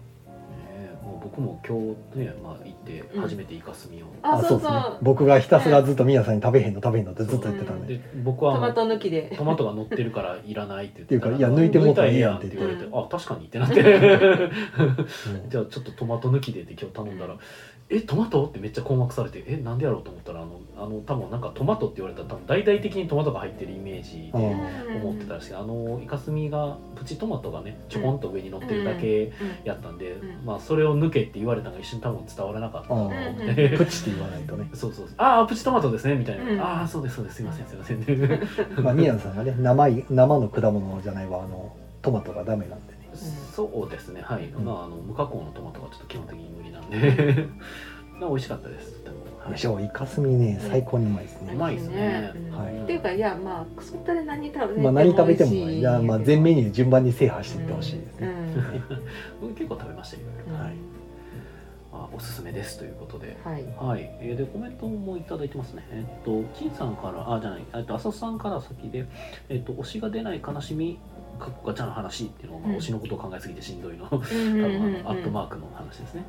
Speaker 1: もう僕も今日ね、まあ、行って初めてイカスミを、
Speaker 3: あそうそう
Speaker 2: 僕がひたすらずっと皆さんに食べへんの食べへんのってずっと言ってたんで、
Speaker 1: で僕は
Speaker 3: ト
Speaker 1: あの
Speaker 3: マト抜きで
Speaker 1: トマトが乗ってるからいらないって言ってたら
Speaker 2: っていうかいや抜いてもうたらいいやん
Speaker 1: 抜いたらいいやんって言われて、あ確かにってなっ
Speaker 2: う
Speaker 1: て
Speaker 2: ん
Speaker 1: じゃあちょっとトマト抜きでって今日頼んだら「えトマト?」ってめっちゃ困惑されて「えなんでやろう?」と思ったらあのあの多分なんかトマトって言われたら多分大々的にトマトが入ってるイメージ
Speaker 2: う
Speaker 1: で
Speaker 2: ん
Speaker 1: 思ってたんですけどあのイカスミがプチトマトがねちょこんと上に乗ってるだけ
Speaker 3: うん
Speaker 1: やったんで
Speaker 3: うん
Speaker 1: まあそれを抜けって言われたのが一瞬多分伝わらなかった
Speaker 2: あ
Speaker 3: うん
Speaker 2: ープチって言わないとね、
Speaker 1: そうそうそうああプチトマトですねみたいな、
Speaker 3: うん
Speaker 1: ああそうですそうですすいませんすいませんそ
Speaker 2: まあ、宮野さんがね生い生の果物じゃないわあのトマトがダメなんでね
Speaker 1: うですねはい、
Speaker 2: うん
Speaker 1: まああの無加工のトマトがちょっと基本的に無理なんで まあ美味しかったですとてもはい
Speaker 2: でしょイカスミね最高にうまいですね
Speaker 1: うまいですね
Speaker 3: う、ん
Speaker 2: はい
Speaker 3: っていうかいやまあクソったれ何食べて
Speaker 2: まあ、
Speaker 3: も
Speaker 2: 何食べても
Speaker 3: 美味し
Speaker 2: いや、まあ、全メニュー順番に制覇していってほしいです
Speaker 3: う
Speaker 2: ね、
Speaker 3: ん
Speaker 1: うん結構食べましたよ、
Speaker 3: うん
Speaker 1: はい、まあ、おすすめですということで
Speaker 3: はい
Speaker 1: はい、えーでコメントもいただいてますね。えっと金さんからあじゃない、えっと浅田さんから先でえっと推しが出ない悲しみかっこガチャの話っていうのが、
Speaker 3: うん
Speaker 1: 推しのことを考えすぎてしんどいの多
Speaker 3: うんうん
Speaker 1: 分あ
Speaker 3: うんうん
Speaker 1: のアットマークの話ですね。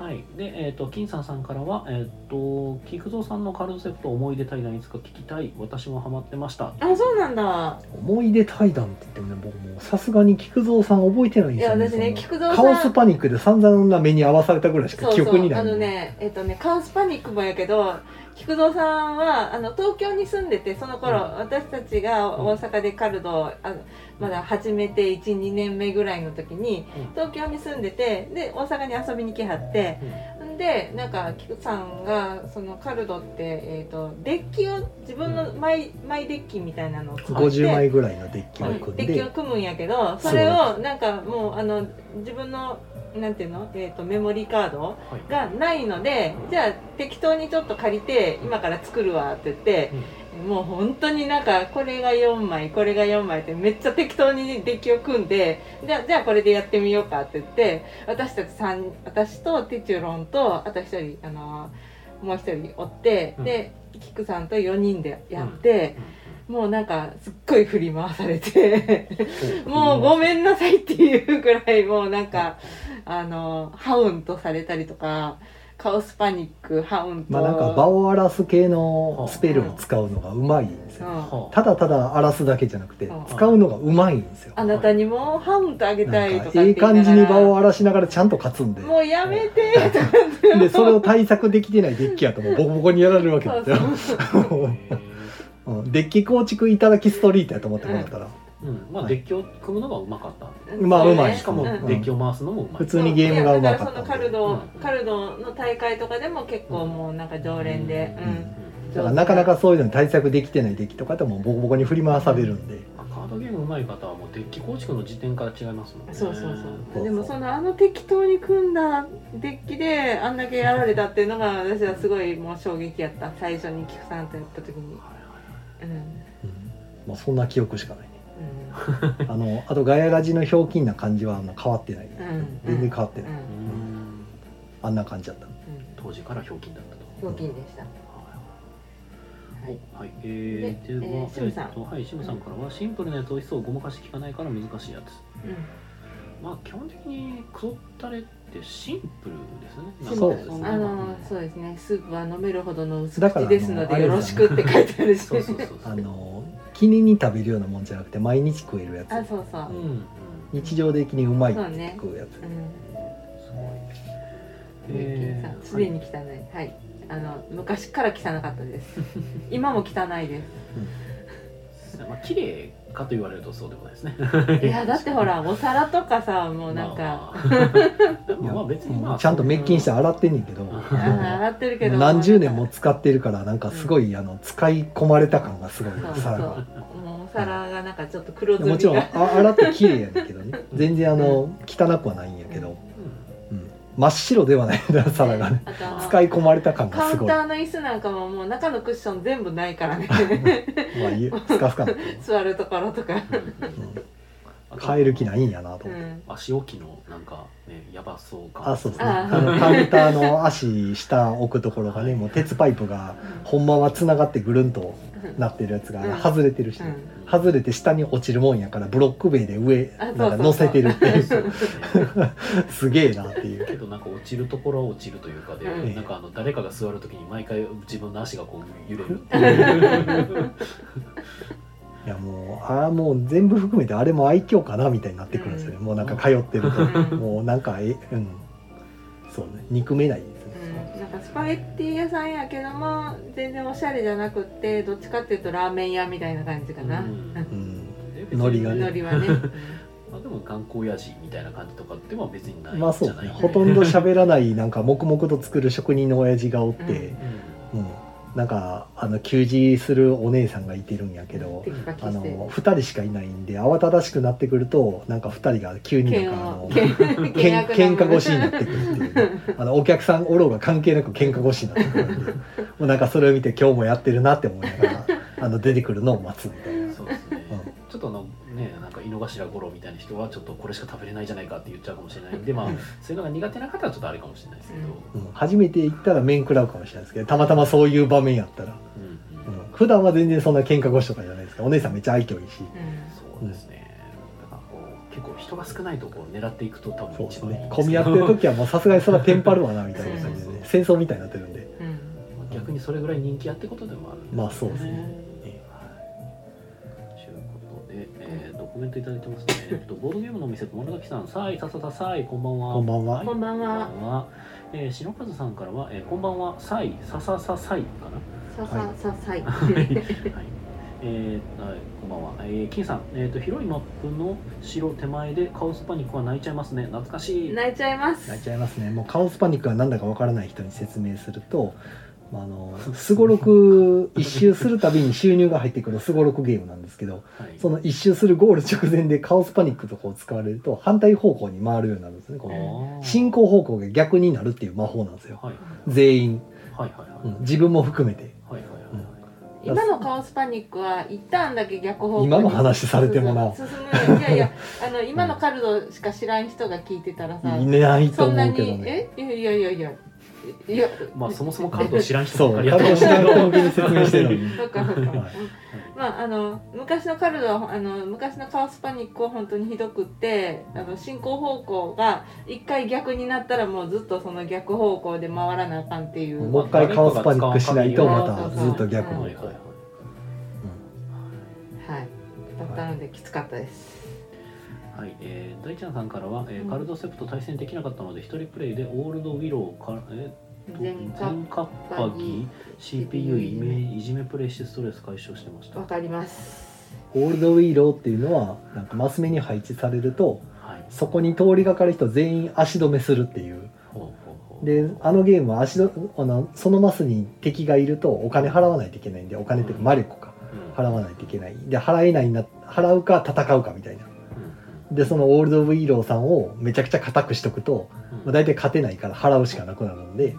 Speaker 3: うん
Speaker 1: はい。でえっと金さんさんからはえっと菊蔵さんのカルセプト思い出対談いつか聞きたい。私もハマってました。
Speaker 3: あそうなんだ
Speaker 2: 思い出対談って言ってもね僕もうさすがに菊蔵さん覚えてないん
Speaker 3: い
Speaker 2: です
Speaker 3: や
Speaker 2: よね
Speaker 3: 私ね菊蔵
Speaker 2: その
Speaker 3: さ
Speaker 2: カオス
Speaker 3: ん
Speaker 2: パニックで散々な目に遭わされたぐらいしか
Speaker 3: そう
Speaker 2: 記
Speaker 3: そ
Speaker 2: 憶に
Speaker 3: う
Speaker 2: ない
Speaker 3: あのねえっとねカオスパニックもやけど菊蔵さんはあの東京に住んでてその頃、
Speaker 1: うん
Speaker 3: 私たちが大阪でカルドをあのまだ始めて12年目ぐらいの時に
Speaker 1: うん
Speaker 3: 東京に住んでてで大阪に遊びに来はってんでなんか菊さんがそのカルドって、えっとデッキを自分のマイ,、マイデッキみたいなのを作って
Speaker 2: 50枚ぐらいのデッキを
Speaker 1: 枚
Speaker 2: 組ん
Speaker 3: デッキ
Speaker 2: で
Speaker 3: を組むんやけどそれをなんかもうあの自分のなんていうの、えー、とメモリーカード
Speaker 1: はい。
Speaker 3: がないのでじゃあ適当にちょっと借りて今から作るわって言って、もう本当になんかこれが4枚これが4枚ってめっちゃ適当にデッキを組んでじゃあじゃあこれでやってみようかって言って私たち三私とティチュロンとあと一人あのもう一人おって、
Speaker 1: うん
Speaker 3: でキクさんと4人でやって、もうなんかすっごい振り回されて。もうごめんなさいっていうぐらいもうなんかあのハウントされたりとかカオスパニックハウント
Speaker 2: まあなんか場を荒らす系のスペルを使うのがうまいんです
Speaker 3: う
Speaker 2: よ
Speaker 3: ん
Speaker 1: はあ
Speaker 2: ただただ荒らすだけじゃなくて
Speaker 3: うん
Speaker 2: 使うのがうまいんですよ
Speaker 3: あなたにもハウントあげた
Speaker 2: ないん
Speaker 3: とかっ
Speaker 2: か
Speaker 3: て言
Speaker 2: ええ
Speaker 3: いながら
Speaker 2: 感じに場を荒らしながらちゃんと勝つんで
Speaker 3: もうやめてとか
Speaker 2: でそれを対策できてないデッキやともうボコボコにやられるわけですよ
Speaker 3: そう
Speaker 1: うん
Speaker 2: うんデッキ構築いただきストリートやと思ってもらったら、
Speaker 1: うん、まあデッキを組むのがうまかった。
Speaker 2: まあ
Speaker 3: そうね
Speaker 2: うまい
Speaker 1: しかも
Speaker 2: う
Speaker 1: デ
Speaker 2: ん
Speaker 1: ッキを回すのもうまい
Speaker 2: 普。通にゲームがうまか
Speaker 3: いやだからその
Speaker 2: った
Speaker 3: カ
Speaker 2: んで
Speaker 3: ルド、
Speaker 1: うん
Speaker 3: カルドの大会とかでも結構もうなんか常連で、
Speaker 2: う
Speaker 3: うんん
Speaker 2: だからなかなかそういうのに対策できてないデッキとかでもボコボコに振り回されるんで
Speaker 1: カードゲーム上手い方はもうデッキ構築の時点から違いますもんね
Speaker 3: そうそう
Speaker 2: そ
Speaker 3: そううでもそのあの適当に組んだデッキであんだけやられたっていうのが私はすごいもう衝撃やった最初に菊さんとやった時に
Speaker 1: はいは
Speaker 3: うん
Speaker 2: まあ、そんな記憶しかないねあのあとガヤラジのひょうきんな感じはあの変わってない
Speaker 3: うんうん
Speaker 2: 全然変わって
Speaker 3: う
Speaker 2: ない、
Speaker 1: いうんーん
Speaker 2: あんな感じだった
Speaker 3: うん
Speaker 1: 当時からひょうきんだったと
Speaker 3: 料金でした
Speaker 1: はい
Speaker 3: は
Speaker 1: は
Speaker 3: い
Speaker 1: い、えー、
Speaker 3: で
Speaker 1: では、
Speaker 3: えーシムさん
Speaker 1: えっとはいシムさんからはシンプルなやつ美味しそうごまかし効かないから難しいやつまあ基本的にクソったれってシンプルですねなんか
Speaker 2: そうですね
Speaker 1: そん
Speaker 3: うん
Speaker 1: な
Speaker 3: あのそうですねスープは飲めるほどの薄
Speaker 2: だから
Speaker 3: 口ですの
Speaker 2: あのあ
Speaker 3: で
Speaker 2: れ
Speaker 3: よろしくって書いてあるし
Speaker 1: そうそうそうそ
Speaker 2: あ
Speaker 1: う
Speaker 2: の記念に食べるようなもんじゃなくて毎日食えるや
Speaker 3: あ
Speaker 2: つ
Speaker 3: そうそう
Speaker 1: うんうん
Speaker 2: 日常的にうまいって言って食うやつ
Speaker 3: うん
Speaker 1: すごい
Speaker 3: 金さんすでに汚いはいあの 昔から汚かったです今も汚いです
Speaker 1: まあ綺麗かと言われるとそうでもないですね
Speaker 3: いやだってほらお皿とかさもうなんか、
Speaker 1: ま あ、で
Speaker 2: いや
Speaker 1: もまあ別にまあ
Speaker 2: ちゃんと滅菌して洗ってんねんけど
Speaker 3: あ ー洗ってるけど
Speaker 2: 何十年も使ってるからなんかすごい、あの使い込まれた感がすごい
Speaker 3: そうそ
Speaker 2: 皿
Speaker 3: う
Speaker 2: が
Speaker 3: もうお皿がなんかちょっと黒ずみが
Speaker 2: もち ろんあ洗って綺麗やねんけどね全然あの汚くはないんやけど、うん、真っ白ではないんだ皿がね
Speaker 3: あとあの
Speaker 2: 使い込まれた感が
Speaker 3: カ
Speaker 2: す
Speaker 3: ウン
Speaker 2: ごい
Speaker 3: ターの椅子なんかももう中のクッション全部ないからね
Speaker 2: まあいいスカスカなって
Speaker 3: 座るところとか、
Speaker 1: うん
Speaker 2: 変える気ないんやなと
Speaker 3: う
Speaker 2: 思って、
Speaker 3: ん、
Speaker 1: 足置きのなんかねやばそうか
Speaker 2: あそうですね
Speaker 3: あ
Speaker 2: あ
Speaker 3: ー
Speaker 2: のカウンターの足下置くところがねもう鉄パイプがほんまはつながってぐるんとなってるやつがあれ外れてるし、
Speaker 3: う
Speaker 2: ね
Speaker 3: ん
Speaker 2: 外れて下に落ちるもんやからブロック塀で上
Speaker 3: あ
Speaker 2: なんか乗せてるっていう
Speaker 1: そうですね
Speaker 2: すげえなっていう
Speaker 1: けどなんか落ちるところは落ちるというかで、
Speaker 3: うん
Speaker 1: なんかあの誰かが座るときに毎回自分の足がこう揺れるっていう
Speaker 2: いやもうああもう全部含めてあれも愛嬌かなみたいになってくるんですよね、
Speaker 3: うん
Speaker 2: もうなんか通ってる
Speaker 3: う
Speaker 2: と、
Speaker 3: ん
Speaker 2: もうなんかえうんそうね憎めないですね、
Speaker 3: うんなんかスパゲッティ屋さんやけども全然おしゃれじゃなくってどっちかっていうとラーメン屋みたいな感じかな、
Speaker 1: うん
Speaker 2: うん
Speaker 1: で
Speaker 2: ノリが
Speaker 3: 海
Speaker 2: ね
Speaker 3: 苔はね
Speaker 1: まあ、でも頑固親父みたいな感じとかってまあ別にない
Speaker 2: まあ
Speaker 1: ん
Speaker 2: そう
Speaker 1: じゃ
Speaker 2: です
Speaker 1: ない
Speaker 2: ねほとんど喋らないなんか黙々と作る職人の親父がおって、
Speaker 3: う
Speaker 2: うんなんかあの給仕するお姉さんがいてるんやけど
Speaker 3: テ、キパキ
Speaker 2: あ
Speaker 3: して
Speaker 2: の2人しかいないんで慌ただしくなってくるとなんか2人が急になん
Speaker 3: 剣
Speaker 2: かあ
Speaker 3: を
Speaker 2: の
Speaker 3: 剣
Speaker 2: けん喧嘩腰になっ
Speaker 3: な
Speaker 2: てくるっていうね、 あのお客さんおろうが関係なく喧嘩腰になってくるんでもうなんかそれを見て今日もやってるなって思いながらあの出てくるのを待つみたいな。
Speaker 1: そうですね、
Speaker 2: うん
Speaker 1: ちょっとあのねなんか井の頭五郎みたいな人はちょっとこれしか食べれないじゃないかって言っちゃうかもしれないんでまあ
Speaker 2: うん
Speaker 1: そういうのが苦手な方はちょっとあれかもしれないですけど、
Speaker 2: うん初めて行ったら面食らうかもしれないですけどたまたまそういう場面やったら、
Speaker 1: うんうん
Speaker 2: うん、普段は全然そんな喧嘩腰とかじゃないですかお姉さんめっちゃ愛嬌いいし
Speaker 1: そうですねだからこう結構人が少ないとこを狙っていくと多
Speaker 2: そ
Speaker 1: 分
Speaker 2: うで
Speaker 1: 一
Speaker 2: す
Speaker 1: 番いい
Speaker 2: ね
Speaker 1: んですけど
Speaker 2: 混み合ってる時はもうさすがにそれはテンパるわなみたいな感じで
Speaker 1: そうそう
Speaker 2: ね
Speaker 1: そう
Speaker 2: 戦争みたいになってるんで
Speaker 3: うんうん
Speaker 1: 逆にそれぐらい人気やってことでもあるん
Speaker 2: まあそうですね
Speaker 1: はいということで、えー、とコメントいただいてますね、えっと、ボードゲームのお店と諸崎さんさあいささささいこんばんは
Speaker 2: こんばんは
Speaker 3: こんばんは
Speaker 1: こんばんは、えー、篠和さんからは、えー、こんばんはさいささささいかな
Speaker 3: ささささい
Speaker 1: はい、はい、えーはい、こんばんは、えー、金さん、えー、と広いマップの城手前でカオスパニックは泣いちゃいますね懐かしい
Speaker 3: 泣いちゃいます
Speaker 2: 泣いちゃいますねもうカオスパニックは何だかわからない人に説明するとまああのすごろく一周するたびに収入が入ってくるすごろくゲームなんですけど
Speaker 1: はい
Speaker 2: その一周するゴール直前でカオスパニックとかを使われると反対方向に回るようになるんですねこの
Speaker 1: あー
Speaker 2: 進行方向が逆になるっていう魔法なんですよ
Speaker 1: はい
Speaker 2: 全員、
Speaker 1: はいはいはい、
Speaker 2: うん自分も含めて
Speaker 1: はいはいはいはい、
Speaker 3: 今のカオスパニックは一旦だけ逆方向に
Speaker 2: 今の話されてもな
Speaker 3: 進むいやいやあの今のカルドしか知らん人が聞いてたらさ
Speaker 2: いない
Speaker 3: そ
Speaker 2: と
Speaker 3: んな
Speaker 2: 思う
Speaker 3: に
Speaker 2: けどね
Speaker 3: えいやいやいやいやいや
Speaker 1: まあそもそもカルトを知らん人
Speaker 2: そ
Speaker 1: ばっか
Speaker 2: う
Speaker 1: りや
Speaker 2: 感
Speaker 1: って
Speaker 2: 動
Speaker 1: ます
Speaker 2: し
Speaker 1: けど
Speaker 2: ない人向けに説明してる のに、
Speaker 3: そっかそっか
Speaker 2: は
Speaker 3: まあ、あの昔のカルドはあの昔のカオスパニックは本当にひどくってあの進行方向が一回逆になったらもうずっとその逆方向で回らなあかんってい
Speaker 2: い、
Speaker 3: う、
Speaker 2: もう一回カオスパニックしないとまたずっと逆
Speaker 3: うん
Speaker 2: 方
Speaker 1: はいはい
Speaker 2: 向
Speaker 1: はい、
Speaker 3: はいだったのできつかったです、
Speaker 1: はいえー、大ちゃんさんからは、えーカルドセプト対戦できなかったので一人プレイでオールドウィローから、えー、と
Speaker 3: 全
Speaker 1: 全カッパギ CPU いじめいじめプレイしてストレス解消してました
Speaker 3: わ
Speaker 1: は
Speaker 3: かります
Speaker 2: オールドウィーローっていうのはなんかマス目に配置されると
Speaker 1: い
Speaker 2: そこに通りがかる人全員足止めするっていう
Speaker 1: ほうほうほう
Speaker 2: であのゲームは足どあのそのマスに敵がいるとお金払わないといけないんでお金っていうか魔力か
Speaker 1: うん
Speaker 2: 払わないといけないで払えないな払うか戦うかみたいな
Speaker 1: うん
Speaker 2: でそのオールドウィーローさんをめちゃくちゃ硬くしとくと、
Speaker 1: うん
Speaker 2: まあ、大体勝てないから払うしかなくなるんで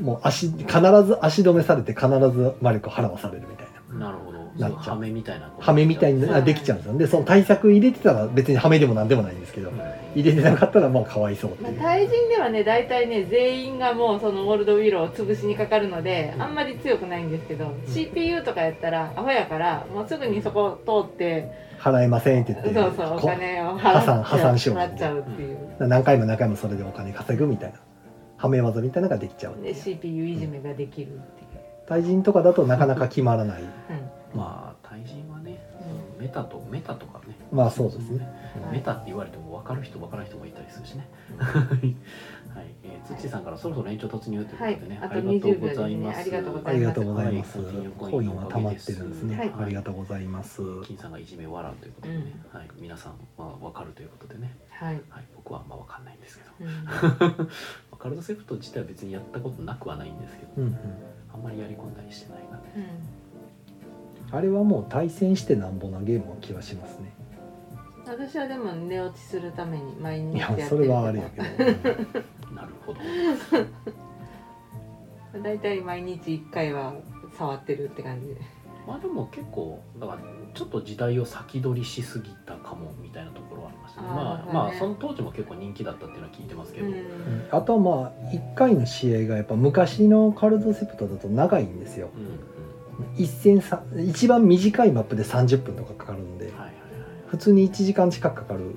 Speaker 1: うん
Speaker 2: もう足必ず足止めされて必ず魔力払わされるみたいな
Speaker 1: うんなるほど
Speaker 2: なっちゃう
Speaker 1: そうハメみたいなこと
Speaker 2: ハメみたいに
Speaker 3: は
Speaker 2: ないできちゃうんですよでその対策入れてたら別にハメでも何でもないんですけど
Speaker 1: うん
Speaker 2: 入れてなかったらまあかわいそうって
Speaker 3: まあ
Speaker 2: い
Speaker 3: 対
Speaker 2: う、
Speaker 3: 人ではね大体ね全員がもうそのオールドウィローを潰しにかかるので
Speaker 1: うん
Speaker 3: あんまり強くないんですけど、CPU とかやったらアホやからもうすぐにそこを通って、
Speaker 2: 払えませんって言って
Speaker 3: そうそうお
Speaker 2: こ
Speaker 3: 金を
Speaker 2: 破産破
Speaker 3: 払
Speaker 2: 産
Speaker 3: っ
Speaker 2: し
Speaker 3: ちゃ
Speaker 2: よ
Speaker 3: う
Speaker 2: う
Speaker 3: 払っちゃうっていう、
Speaker 2: 何回も何回もそれでお金稼ぐみたいなハメ技みたいなのができちゃうってい
Speaker 3: で
Speaker 2: う
Speaker 3: CPU いじめができるっていう。
Speaker 2: 対人とかだとなかなか決まらない
Speaker 3: うん
Speaker 1: まあ対人はね
Speaker 3: う
Speaker 1: メタとメタとかね
Speaker 2: まあそうですね。
Speaker 1: メタって言われても分かる人分からない人もいたりするしね。はい、えー、土さんからそろそろ延長突入ということでね、
Speaker 3: はいあと
Speaker 1: ありがとうご
Speaker 3: 20
Speaker 1: ざい
Speaker 3: 秒
Speaker 1: ま
Speaker 3: ですね
Speaker 1: す。
Speaker 3: ありがとうござ
Speaker 2: あり
Speaker 3: い
Speaker 2: が
Speaker 3: ます
Speaker 2: とうございま
Speaker 1: は
Speaker 2: す。
Speaker 1: コ
Speaker 2: コイ
Speaker 1: イン
Speaker 2: ン
Speaker 1: の
Speaker 2: は
Speaker 1: お
Speaker 2: 溜
Speaker 1: か
Speaker 2: まっ
Speaker 1: げ
Speaker 2: てるんですね。ありがとうございます。
Speaker 1: 金さんがいじめ笑うということでね、はい、皆さんは分かるということでね、
Speaker 3: はい。
Speaker 1: はい、僕はあんま分かんないんですけど、
Speaker 3: うん
Speaker 1: カルトセプト自体は別にやったことなくはないんですけど、
Speaker 2: うんうん。
Speaker 1: あんまりやり込んだりしてないなね。
Speaker 3: うん
Speaker 2: あれはもう対戦してなんぼなゲームな気はしますね。
Speaker 3: 私はでも寝落ちするために毎
Speaker 2: い
Speaker 3: 日や
Speaker 2: や
Speaker 3: ってる
Speaker 2: それはあれやけど。
Speaker 1: なるほど。
Speaker 3: だいたい毎日一回は触ってるって感じで
Speaker 1: まあでも結構だからちょっと時代を先取りしすぎたかもみたいなところはありましたね。まあ
Speaker 3: あーそう
Speaker 1: まあ
Speaker 3: ね
Speaker 1: その当時も結構人気だったっていうのは聞いてますけ
Speaker 3: う
Speaker 1: ど、
Speaker 3: ん
Speaker 2: あとはまあ1回の試合がやっぱ昔のカルトセプトだと長いんですよ
Speaker 1: うん
Speaker 2: 一戦さ一番短いマップで30分とかかかるんで
Speaker 1: うんはいはいはい
Speaker 2: 普通に1時間近くかかる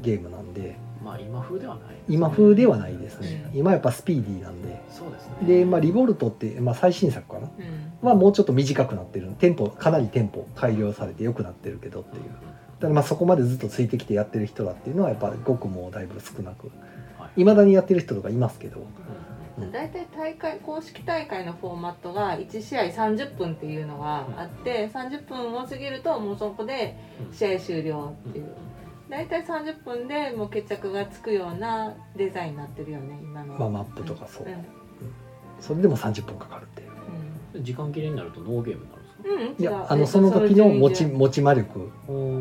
Speaker 2: ゲームなんで
Speaker 1: まあ今風ではない、
Speaker 2: 今風ではないですね
Speaker 3: うん
Speaker 2: 今やっぱスピーディーなんで
Speaker 1: そうですね
Speaker 2: で、まあ、リボルトって、まあ、最新作かな
Speaker 3: うん
Speaker 2: はもうちょっと短くなってるテンポかなりテンポ改良されて良くなってるけどっていうただまあそこまでずっとついてきてやってる人だっていうのはやっぱごくもうだいぶ少なくいまだにやってる人とかいますけど
Speaker 3: 大体大会公式大会のフォーマットが1試合30分っていうのがあって30分を過ぎるともうそこで試合終了っていう大体30分でもう決着がつくようなデザインになってるよね今の
Speaker 2: まあマップとかそう
Speaker 3: うん
Speaker 2: それでも30分かかるっていう。
Speaker 1: 時間切れになるとノーゲームになるんですか
Speaker 3: うんうん違う
Speaker 2: いやあのその時の持ち
Speaker 3: うん
Speaker 2: 持ち魔力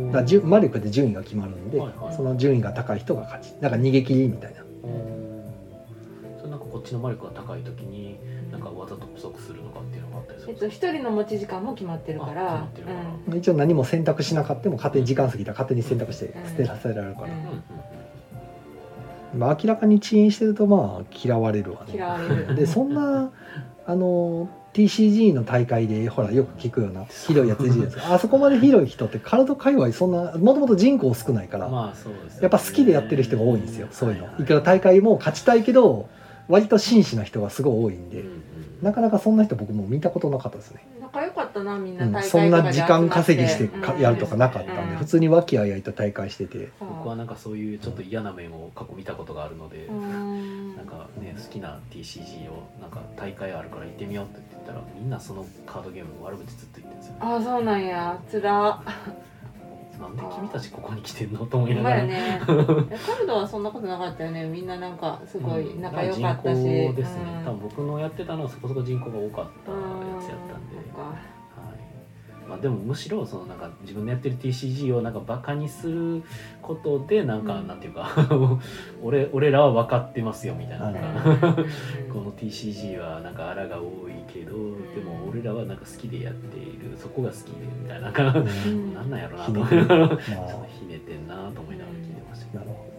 Speaker 2: だからじゅ魔力で順位が決まるんで、
Speaker 1: はいはい
Speaker 2: その順位が高い人が勝ちだから逃げ切りみたいな
Speaker 1: それなんかこっちの魔力が高い時になんかわざと不足するとかっていうのがあったりす
Speaker 3: え
Speaker 1: る
Speaker 3: っと一人の持ち時間も決まってるから
Speaker 1: あ決まってるから
Speaker 3: うん
Speaker 2: 一応何も選択しなかったも勝手に時間過ぎたら勝手に選択して
Speaker 3: うん
Speaker 2: 捨てらせられるから、
Speaker 3: うん
Speaker 2: まあ、明らかに遅延してるとまあ嫌われるわ
Speaker 3: 嫌
Speaker 2: ね
Speaker 3: われる
Speaker 2: でそんなあの TCG の大会でほらよく聞くようなひどいやついるじゃないですかあそこまでひどい人ってカルト界隈そんなもともと人口少ないから、
Speaker 1: まあそうです、
Speaker 2: やっぱ好きでやってる人が多いんですよそういうのいくら大会も勝ちたいけど割と真摯な人がすごい多いんで、なかなかそんな人僕も見たことなかったですね、
Speaker 3: 仲良かったなみん
Speaker 2: う、
Speaker 3: なん大会と
Speaker 2: そ
Speaker 3: かで
Speaker 2: ん
Speaker 3: 集まって
Speaker 2: な時間稼ぎしてかやるとかなかったんで、
Speaker 3: うん
Speaker 2: 普通に和気あいあいと大会してて
Speaker 3: そう
Speaker 1: 僕はなんかそういうちょっと嫌な面を過去見たことがあるので、
Speaker 3: うん
Speaker 1: なんかね好きな TCG をなんか大会あるから行ってみようって言ったらみんなそのカードゲームの悪口ずっと言ってるんですよ、ね、
Speaker 3: ああそうなんやつら
Speaker 1: なんで君たちここに来てんのと思
Speaker 3: ほ
Speaker 1: いな
Speaker 3: んま
Speaker 1: がら、
Speaker 3: やね いやカルドはそんなことなかったよねみんななんかすごい仲良かったし、
Speaker 1: 人口ですね、
Speaker 3: うん
Speaker 1: 多分僕のやってたのはそこそこ人口が多かったやつやったんで、
Speaker 3: うんそっか
Speaker 1: はいまあ、でもむしろそのなんか自分のやってる TCG をなんかバカにすることでなんか
Speaker 3: うん
Speaker 1: なんていうか 俺俺らは分かってますよみたいな
Speaker 2: うん
Speaker 1: この TCG はなんかあらが多いけど
Speaker 3: ん
Speaker 1: でも俺らはなんか好きでやっているそこが好きでみたいななんか
Speaker 2: うん
Speaker 3: うん
Speaker 1: なんなんやろな
Speaker 2: ひ
Speaker 1: と思
Speaker 2: ねくれ
Speaker 1: い
Speaker 2: ま
Speaker 1: ながら
Speaker 2: あ
Speaker 1: ひねてんなと思いながら聞いてましたけど
Speaker 2: なるほ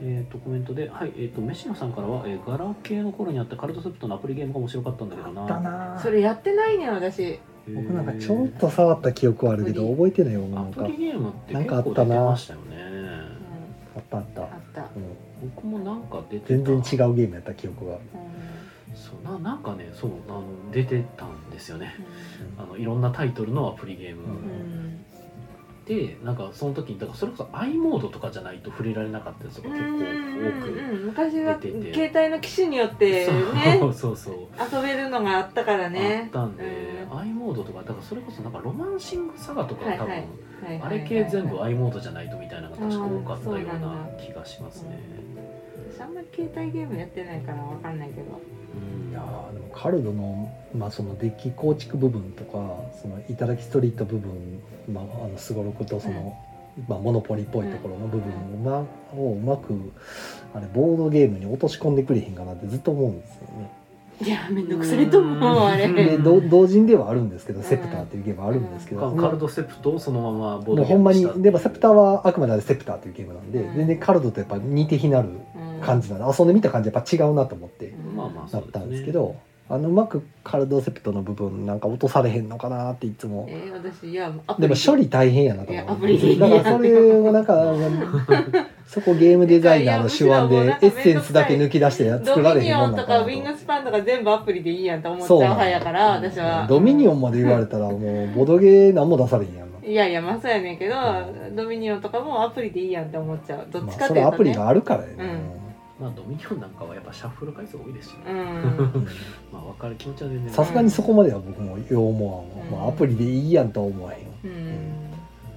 Speaker 1: えー、とコメントで、はいえー、と飯野さんからは、えーガラケーの頃にあったカルトセプトのアプリゲームが面白かったんだけどな
Speaker 2: どだな
Speaker 3: それやってないねん私
Speaker 1: へー
Speaker 2: 僕なんかちょっと触った記憶はあるけど覚えてないよ
Speaker 1: ア
Speaker 2: なん
Speaker 1: プ
Speaker 2: か
Speaker 1: リゲームって
Speaker 2: なん
Speaker 1: 結
Speaker 2: かあっ
Speaker 1: 構
Speaker 2: た
Speaker 1: 出
Speaker 2: な
Speaker 1: てましたよね
Speaker 3: うん
Speaker 2: あったあった、
Speaker 3: あった
Speaker 2: うん、
Speaker 1: 僕もなんか出てた
Speaker 2: 全然違うゲームやった記憶が
Speaker 3: うん
Speaker 1: そうななんかねそうあの出てたんですよねあのいろんなタイトルのアプリゲーム、
Speaker 3: うんうん
Speaker 1: でなんかその時にだからそれこそ i モードとかじゃないと触れられなかったやつが結構多く、
Speaker 3: うんうんうん昔は
Speaker 1: 出てて
Speaker 3: 携帯の機種によってね
Speaker 1: そうそうそう
Speaker 3: 遊べるのがあったからね
Speaker 1: あったんで、
Speaker 3: う
Speaker 1: i モードとかだからそれこそなんかロマンシングサガとか多分、
Speaker 3: はいはいんはいはい
Speaker 1: あ
Speaker 3: はい
Speaker 1: れ系全部 i モードじゃないとみたいなのが確か多かったような気がしますね。
Speaker 3: 私あんまり携帯ゲームやってないからわかんないけど
Speaker 1: うん
Speaker 2: いやーでもカルドの,、まあそのデッキ構築部分とかそのいただきストリート部分まああのすごろくとその、まあ、モノポリっぽいところの部分を,、まをうまくあれボードゲームに落とし込んでくれへんかなってずっと思うんですよね。
Speaker 3: いやめんどくさいと思うあ
Speaker 1: うん
Speaker 3: れ
Speaker 2: でど同人ではあるんですけど、セプターっていうゲームはあるんですけど、
Speaker 1: カカルドセプトをそのままボー
Speaker 2: も
Speaker 1: ド
Speaker 2: うほんま
Speaker 1: したってい
Speaker 2: に
Speaker 1: う
Speaker 2: でもセプターはあくまであれセプターというゲームなんで、
Speaker 3: うん
Speaker 2: 全然カルドとやっぱ似て非なる感じなの遊んでみた感じやっぱ違うなと思って
Speaker 1: まあまあそう
Speaker 2: だっ
Speaker 1: ですね
Speaker 2: たんですけどあのうまくカルドセプトの部分なんか落とされへんのかなっていつ
Speaker 3: あ
Speaker 2: も
Speaker 3: えー私いやアプ
Speaker 2: で
Speaker 3: リ
Speaker 2: も処理大変やなと
Speaker 3: いやア
Speaker 2: 思
Speaker 3: プ
Speaker 2: う
Speaker 3: リ
Speaker 2: だからそれをなんかそこゲームデザイナーの手腕
Speaker 3: いやいやむしろ
Speaker 2: で
Speaker 3: もうなんか
Speaker 2: エッセンスだけ抜き出して
Speaker 3: ド
Speaker 2: 作ら
Speaker 3: ミ
Speaker 2: れへ
Speaker 3: ニ
Speaker 2: ん
Speaker 3: オ
Speaker 2: も
Speaker 3: ン
Speaker 2: ん
Speaker 3: と
Speaker 2: なんか
Speaker 3: か
Speaker 2: な
Speaker 3: ウ
Speaker 2: と
Speaker 3: ィングスパンとか全部アプリでいいやんと思っちゃ
Speaker 2: そううなの
Speaker 3: 派やから私は
Speaker 2: ドミニオンまで言われたらもうボドゲー何も出されへんやんなの
Speaker 3: いやいやまあそうやねんけど、ドミニオンとかもアプリでいいやんって思っちゃうどっ
Speaker 2: ま
Speaker 3: ち
Speaker 2: あ
Speaker 3: かって
Speaker 2: それ
Speaker 3: いう
Speaker 2: ア
Speaker 3: と
Speaker 2: プリ
Speaker 3: ね、
Speaker 2: があるからやね、
Speaker 1: まあドミニオンなんかはやっぱシャッフル回数多いですしね、
Speaker 3: うん
Speaker 2: うん
Speaker 1: まあ分かる気持ちは全然
Speaker 2: さすがにそこまでは僕もよう思わんわ、
Speaker 3: うん
Speaker 2: まあ、アプリでいいやんとは思わへん
Speaker 3: うん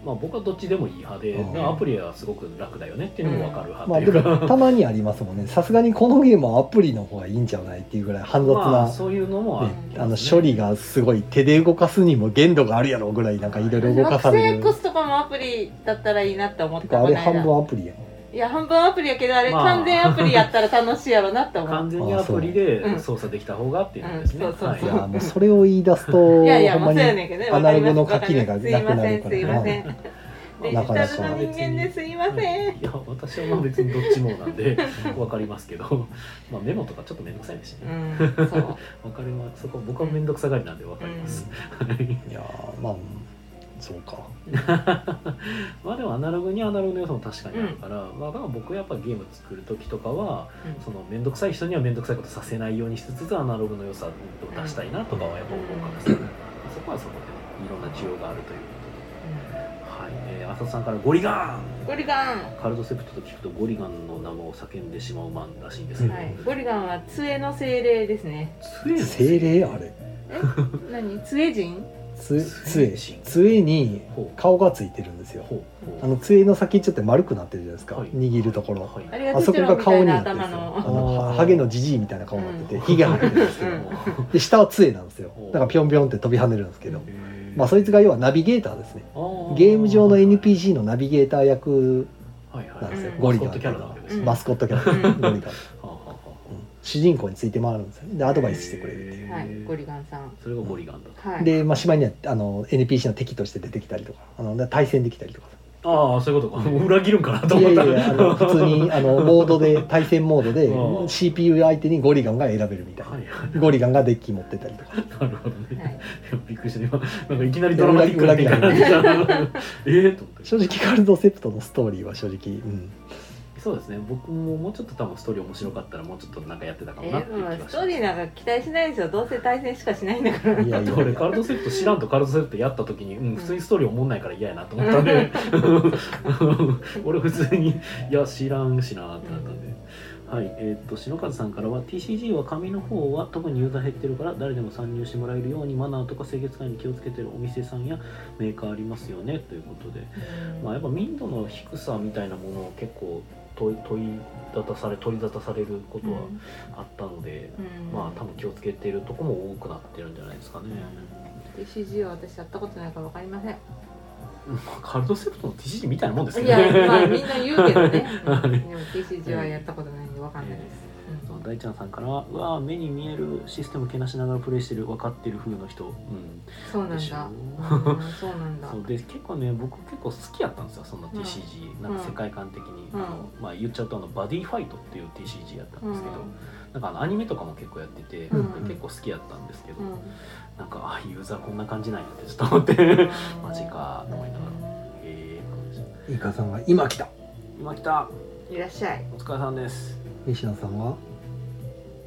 Speaker 1: まあ僕はどっちでもいい派で、
Speaker 2: うん
Speaker 1: なんかアプリはすごく楽だよねっていうのも分かる派
Speaker 2: ま
Speaker 1: っ
Speaker 2: あ
Speaker 1: て
Speaker 2: で
Speaker 1: いうか、
Speaker 2: もたまにありますもんねさすがにこのゲームはアプリの方がいいんじゃないっていうぐらい煩雑な、
Speaker 1: まあそういうのもあ,、
Speaker 2: ね、あの処理がすごい手で動かすにも限度があるやろぐらいなんかいろいろ動か
Speaker 3: 惑
Speaker 2: され
Speaker 3: 星
Speaker 2: る
Speaker 3: X とかもアプリだったらいいなって思ってた
Speaker 2: かあ
Speaker 3: こ
Speaker 2: れ
Speaker 3: ない
Speaker 2: 半
Speaker 3: だ
Speaker 2: 分アプリやん
Speaker 3: いや半分アプリやけどあれ
Speaker 1: まあ
Speaker 3: 完全アプリやったら楽しいやろなって思う
Speaker 1: 完全にアプリで操作できた方がっていうのですね、
Speaker 3: うんうんそうそう
Speaker 2: い
Speaker 3: そう
Speaker 2: やもうそれを言い出すとほ
Speaker 3: いやいや、
Speaker 2: ん
Speaker 3: まあ、そ
Speaker 2: ま
Speaker 3: う
Speaker 2: に
Speaker 3: やねんけどね。
Speaker 2: アナログの
Speaker 3: わかります
Speaker 2: 垣根がなくなるか
Speaker 3: す
Speaker 2: ら
Speaker 3: いません、すいません。デジ
Speaker 2: なかな
Speaker 3: タル
Speaker 2: か
Speaker 3: の人間ですいません。
Speaker 1: はいいや私はまあ別にどっちもなん で分かりますけど、まあ、メモとかちょっと面倒くさいでした
Speaker 3: う
Speaker 1: ね
Speaker 3: ん、そう。
Speaker 1: わかりますそこ僕は面倒くさがりなんで分かります、はい
Speaker 2: いやーまあそうか
Speaker 1: まあでもアナログにアナログの要素も確かにあるから、まあ、だから僕はやっぱゲーム作る時とかは
Speaker 3: うん
Speaker 1: その面倒くさい人には面倒くさいことさせないようにしつつアナログの良さを出したいなとかはやっぱ思うからですねそこはそこでいろんな需要があるということで、はいえー浅田さんから「ゴリガン!
Speaker 3: ゴリガン。」
Speaker 1: カルドセプトと聞くとゴリガンの名前を叫んでしまうマンらしいんですけど、
Speaker 3: はい、ゴリガンは杖の精霊ですね。
Speaker 1: 杖の
Speaker 2: 精霊あれ
Speaker 3: 何、杖人。
Speaker 2: つ
Speaker 1: 杖
Speaker 2: 杖杖に
Speaker 1: ほう
Speaker 2: 顔がついてるんですよ
Speaker 1: ほうほ
Speaker 2: あ
Speaker 1: う
Speaker 2: の杖の先ちょっと丸くなってるじゃないですか、
Speaker 1: はい
Speaker 2: 握るところ、
Speaker 1: はい
Speaker 3: ありが
Speaker 2: あ
Speaker 3: と。
Speaker 2: そうこが顔になってるんで
Speaker 3: 頭
Speaker 2: すよ
Speaker 3: の。
Speaker 2: あ
Speaker 1: の
Speaker 2: の
Speaker 1: 頭の
Speaker 2: はハゲのじじいみたいな顔になってて、ひげハゲてるんですけど
Speaker 3: うん
Speaker 2: で下は杖なんですよだからピョンピョンって飛び跳ねるんですけど、まあ、そいつが要はナビゲーターですねゲーム上の NPC のナビゲーター役
Speaker 1: な
Speaker 2: なん
Speaker 1: で
Speaker 2: んですす
Speaker 1: よ
Speaker 2: よ、
Speaker 1: ゴ
Speaker 2: ゴ
Speaker 1: リ
Speaker 2: リ
Speaker 1: ガ
Speaker 2: ガ
Speaker 1: ン
Speaker 2: ン
Speaker 1: っていうのは
Speaker 3: うん
Speaker 2: マスコットキャラゴ
Speaker 3: うん
Speaker 2: リガン、
Speaker 1: はあはあはあ
Speaker 2: うん主人公について回るんですよでアドバイスしてくれるっていう
Speaker 3: はい、ゴリガンさん。
Speaker 1: それがゴリガンだと
Speaker 3: はい。
Speaker 2: で、まあ、島にはあの NPC の敵として出てきたりとかあの対戦できたりとか
Speaker 1: ああそういうことか裏切るんかなと
Speaker 2: いや
Speaker 1: 思っ
Speaker 2: い
Speaker 1: た
Speaker 2: やいやあの普通にあのモードで対戦モード
Speaker 1: うん
Speaker 2: で CPU 相手にゴリガンが選べるみたい
Speaker 1: はいはい
Speaker 2: なゴリガンがデッキ持ってたりとか
Speaker 1: なるほどね、
Speaker 3: はい
Speaker 1: いやびっくりした今なんかいきなりドラマティックな展開になってきた ええと思って
Speaker 2: 正直カルドセプトのストーリーは正直、うん、
Speaker 1: そうですね僕ももうちょっと多分ストーリー面白かったらもうちょっとなんかやってたか
Speaker 3: え
Speaker 1: もなってい
Speaker 3: ー、
Speaker 1: う
Speaker 3: まあ
Speaker 1: 気がし
Speaker 3: スト
Speaker 1: ま
Speaker 3: ーリー
Speaker 1: す
Speaker 3: なんか期待しないですよ。どうせ対戦しかしないんだから。
Speaker 2: いやいや
Speaker 1: 俺カルドセット知らんとカルドセットやった時に、うん、普通にストーリー思んないから嫌やなと思ったんで 俺普通にいや知らんしなってなったんで、はいえーっと篠和さんからは TCG は紙の方は特にユーザー減ってるから誰でも参入してもらえるようにマナーとか清潔感に気をつけてるお店さんやメーカーありますよねということでまあ、やっぱ民度の低さみたいなものを結構問い問い立たされ取り立たされることはあったので、
Speaker 3: うん
Speaker 1: まあ多分気をつけているとこも多くなってるんじゃないですかね、
Speaker 3: TCG は私やったことないからわかりません。
Speaker 1: まあカルドセプトの TCG みたいなもんですけ
Speaker 3: い
Speaker 1: ど
Speaker 3: や、
Speaker 1: ね
Speaker 3: まあ、 みんな言うけどね。
Speaker 1: はい
Speaker 3: うんでも、TCG はやったことないんで、わかんないです。うん
Speaker 1: 大ちゃんさんからは「うわー目に見えるシステムけなしながらプレイしてる分かってる風の人」うん、
Speaker 3: そうなん
Speaker 1: でしょ
Speaker 3: だ。うんそうなんだ。
Speaker 1: そうで結構ね僕結構好きやったんですよその TCG、なんか世界観的に、
Speaker 3: うん
Speaker 1: あのまあ、言っちゃうとあのバディファイトっていう TCG やったんですけど、
Speaker 3: うん
Speaker 1: なんかあのアニメとかも結構やってて、
Speaker 3: うん
Speaker 1: 結構好きやったんですけど、
Speaker 3: うん
Speaker 1: なんかあユーザーこんな感じなんやってちょっと思 ってマジかと思いながらええ
Speaker 2: イカさんが今来た
Speaker 1: 今来た
Speaker 3: いらっしゃい。
Speaker 1: お疲れさんです
Speaker 2: 西野さんは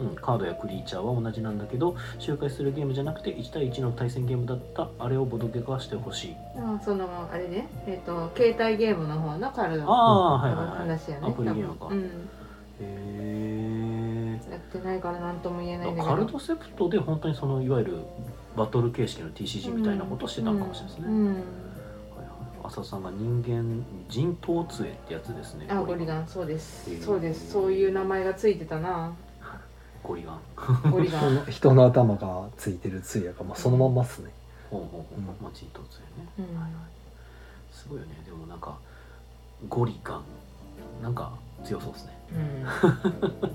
Speaker 1: うん、カードやクリーチャーは同じなんだけど周回するゲームじゃなくて1対1の対戦ゲームだったあれをボドゲ化してほしい
Speaker 3: あそのあれね、えっ、と携帯ゲームの方のカルド
Speaker 1: あ
Speaker 3: の
Speaker 1: あ、はいはいはい
Speaker 3: 話やね。
Speaker 1: アプリゲームか、
Speaker 3: 多分
Speaker 1: へえ
Speaker 3: うん、やってないから何とも言えないんだけど。
Speaker 1: カルドセプトで本当にそのいわゆるバトル形式の TCG みたいなことをしてたんかもしれないですね、
Speaker 3: うんうん
Speaker 1: はいはい、浅田さんが人間人頭杖ってやつですね
Speaker 3: あゴリガンそうです、
Speaker 1: うん
Speaker 3: そうですそういう名前がついてたな
Speaker 1: ゴリガン
Speaker 3: ゴリガ
Speaker 2: 人
Speaker 3: ン
Speaker 2: の人の頭がついてる杖やから、まあ、そのまんまっすね
Speaker 1: ほうほうほう、
Speaker 2: うん
Speaker 1: まあ人頭杖ね
Speaker 3: うん
Speaker 1: すごいよねでもなんかゴリガンなんか強そうですね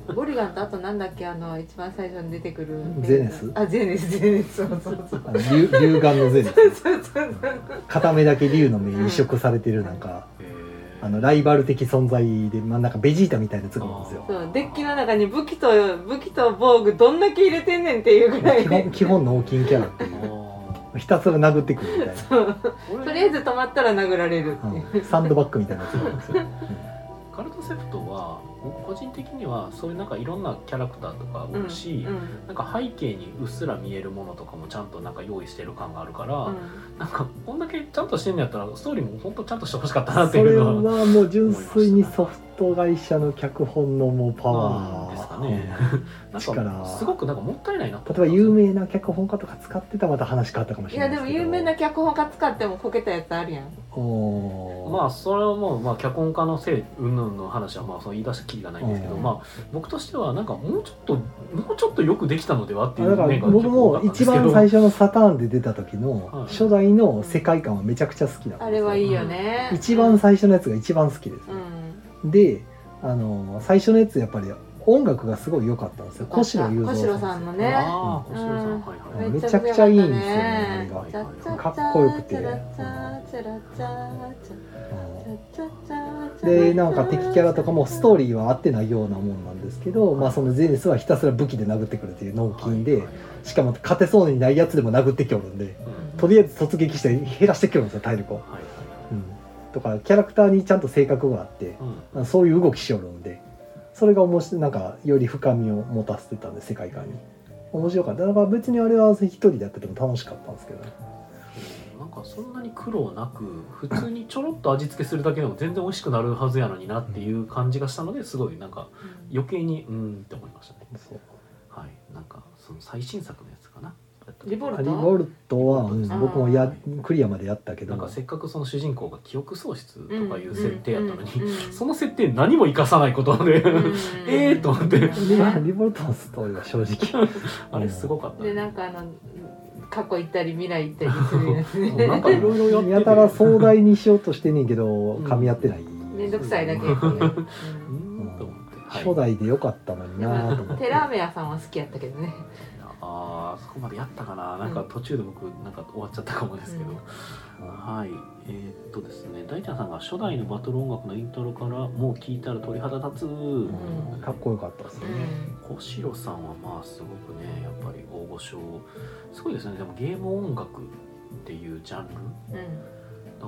Speaker 3: うん、ゴリガンとあとなんだっけあの一番最初に出てくる
Speaker 2: ゼネス
Speaker 3: あゼネスゼネスそうそうそう
Speaker 2: あの竜竜眼の杖ですね
Speaker 3: そうそうそう
Speaker 2: 片目だけ竜の目に移植されてるなんかあのライバル的存在で、まあ、なんかベジータみたいなやつがあるんですよ
Speaker 3: そうデッキの中に武器と武器と防具どんだけ入れてんねんっていうぐらい
Speaker 2: 基本基本脳筋キャラってい
Speaker 1: あ
Speaker 2: う
Speaker 1: ー
Speaker 2: ひたすら殴ってくるみたい
Speaker 3: そうとりあえず止まったら殴られるっていう
Speaker 2: な、うん、サンドバッグみたいなやつがあるんですよ
Speaker 1: カルトセプトは僕個人的にはそういうなんかいろんなキャラクターとか多いし、
Speaker 3: うん
Speaker 1: なんか背景にうっすら見えるものとかもちゃんとなんか用意してる感があるから、
Speaker 3: うん
Speaker 1: なんかこんだけちゃんとしてんのやったらストーリーも本当ちゃんとしてほしかったなって
Speaker 2: そ
Speaker 1: い
Speaker 2: れ
Speaker 1: う
Speaker 2: は
Speaker 1: のは
Speaker 2: もう純粋にソフト会社の脚本のもうパ
Speaker 1: なん
Speaker 2: ワー
Speaker 1: ですかね なん
Speaker 2: 力
Speaker 1: かすごくなんかもったいないな
Speaker 2: 例えば有名な脚本家とか使ってたらまた話変わったかもし
Speaker 3: い
Speaker 2: れな
Speaker 3: や
Speaker 2: い
Speaker 3: で
Speaker 2: で
Speaker 3: すも
Speaker 2: けど
Speaker 3: 有名な脚本家使ってもこけたやつあるやん
Speaker 2: おー
Speaker 1: まあそれはもうまあ脚本家のせい云々の話はまあその言い出したきりがないんですけど、
Speaker 2: うん
Speaker 1: まあ僕としてはなんかもうちょっともうちょっとよくできたのではってい
Speaker 2: だ
Speaker 1: う
Speaker 2: か
Speaker 1: 面
Speaker 2: ら
Speaker 1: が
Speaker 2: 僕も一番最
Speaker 1: 初
Speaker 2: 初の「サターン」で出た時
Speaker 1: は
Speaker 2: の
Speaker 1: い
Speaker 2: 初代の世界観はめちゃくちゃ好きなんですよ
Speaker 3: あれはいいよね
Speaker 2: 一番最初のやつが一番好きです、
Speaker 3: うん
Speaker 2: であの最初のやつやっぱり音楽がすごい良かったんですよ小城雄
Speaker 3: 小
Speaker 2: 三
Speaker 3: 城
Speaker 2: さ
Speaker 3: さん
Speaker 2: ん
Speaker 3: の
Speaker 2: の
Speaker 3: ね
Speaker 1: ああ、
Speaker 3: う
Speaker 1: うんん、星野さんはいはい
Speaker 2: めちゃくちゃいいんですよね
Speaker 1: あれが
Speaker 2: かっこよくて
Speaker 3: チャラチャラチャラチャラチャ
Speaker 2: う
Speaker 3: チャチャチャ
Speaker 2: んでなんか敵キャラとかもストーリーは合ってないようなもんなんですけど、まあ、そのゼネスはひたすら武器で殴ってくるっていう脳筋で、
Speaker 1: はいはい
Speaker 2: しかも勝てそうにないやつでも殴ってきおるんで
Speaker 1: うん
Speaker 2: とりあえず突撃して減らしてきおるんですよ体力を、
Speaker 1: はい
Speaker 2: うん、とかキャラクターにちゃんと性格があって
Speaker 1: うん
Speaker 2: あそういう動きしおるんでそれが面白いなんかより深みを持たせてたんで世界観に面白かっただから別にあれは一人でやってても楽しかったんですけど
Speaker 1: なんかそんなに苦労なく普通にちょろっと味付けするだけでも全然美味しくなるはずやのになっていう感じがしたのですごいなんか余計にうーんって思いましたね
Speaker 2: そう
Speaker 1: はいなんかその最新作のやつかな
Speaker 3: リボル
Speaker 2: ハリ
Speaker 3: ト
Speaker 2: ボルトは、うん
Speaker 1: あー
Speaker 2: 僕もやクリアまでやったけど
Speaker 1: なんかせっかくその主人公が記憶喪失とかいう設定やったのに、
Speaker 3: うんうんうん
Speaker 1: その設定何も生かさないことで、ええと思って
Speaker 2: リボハリボルトのストーリーは正直
Speaker 1: あれすごかった、
Speaker 3: でなんかあの過去行ったり未来行ったりするやつ
Speaker 1: うな
Speaker 3: ね
Speaker 1: んかいろいろやってて
Speaker 2: やたら壮大にしようとしてんねんけど
Speaker 1: うん
Speaker 2: 噛み合ってない、
Speaker 3: めんどくさいだけやけど
Speaker 1: う
Speaker 3: ね
Speaker 1: ーんと思って、はい
Speaker 2: 初代でよかったのになと
Speaker 3: う
Speaker 2: 思
Speaker 3: ん
Speaker 2: っ
Speaker 3: テ
Speaker 2: て
Speaker 3: ラーメヤさんは好きやったけどね
Speaker 1: あーそこまでやったかななんか途中で僕なんか終わっちゃったかもですけど、
Speaker 3: うん
Speaker 1: はいえーっとですね大ちゃんさんが初代のバトル音楽のイントロからもう聞いたら鳥肌立つ、
Speaker 3: ん
Speaker 2: かっこよかったです
Speaker 3: う
Speaker 2: よね、
Speaker 3: ん
Speaker 1: 小城さんはまあすごくねやっぱり大御所すごいですねでもゲーム音楽っていうジャンル
Speaker 3: うん
Speaker 1: だか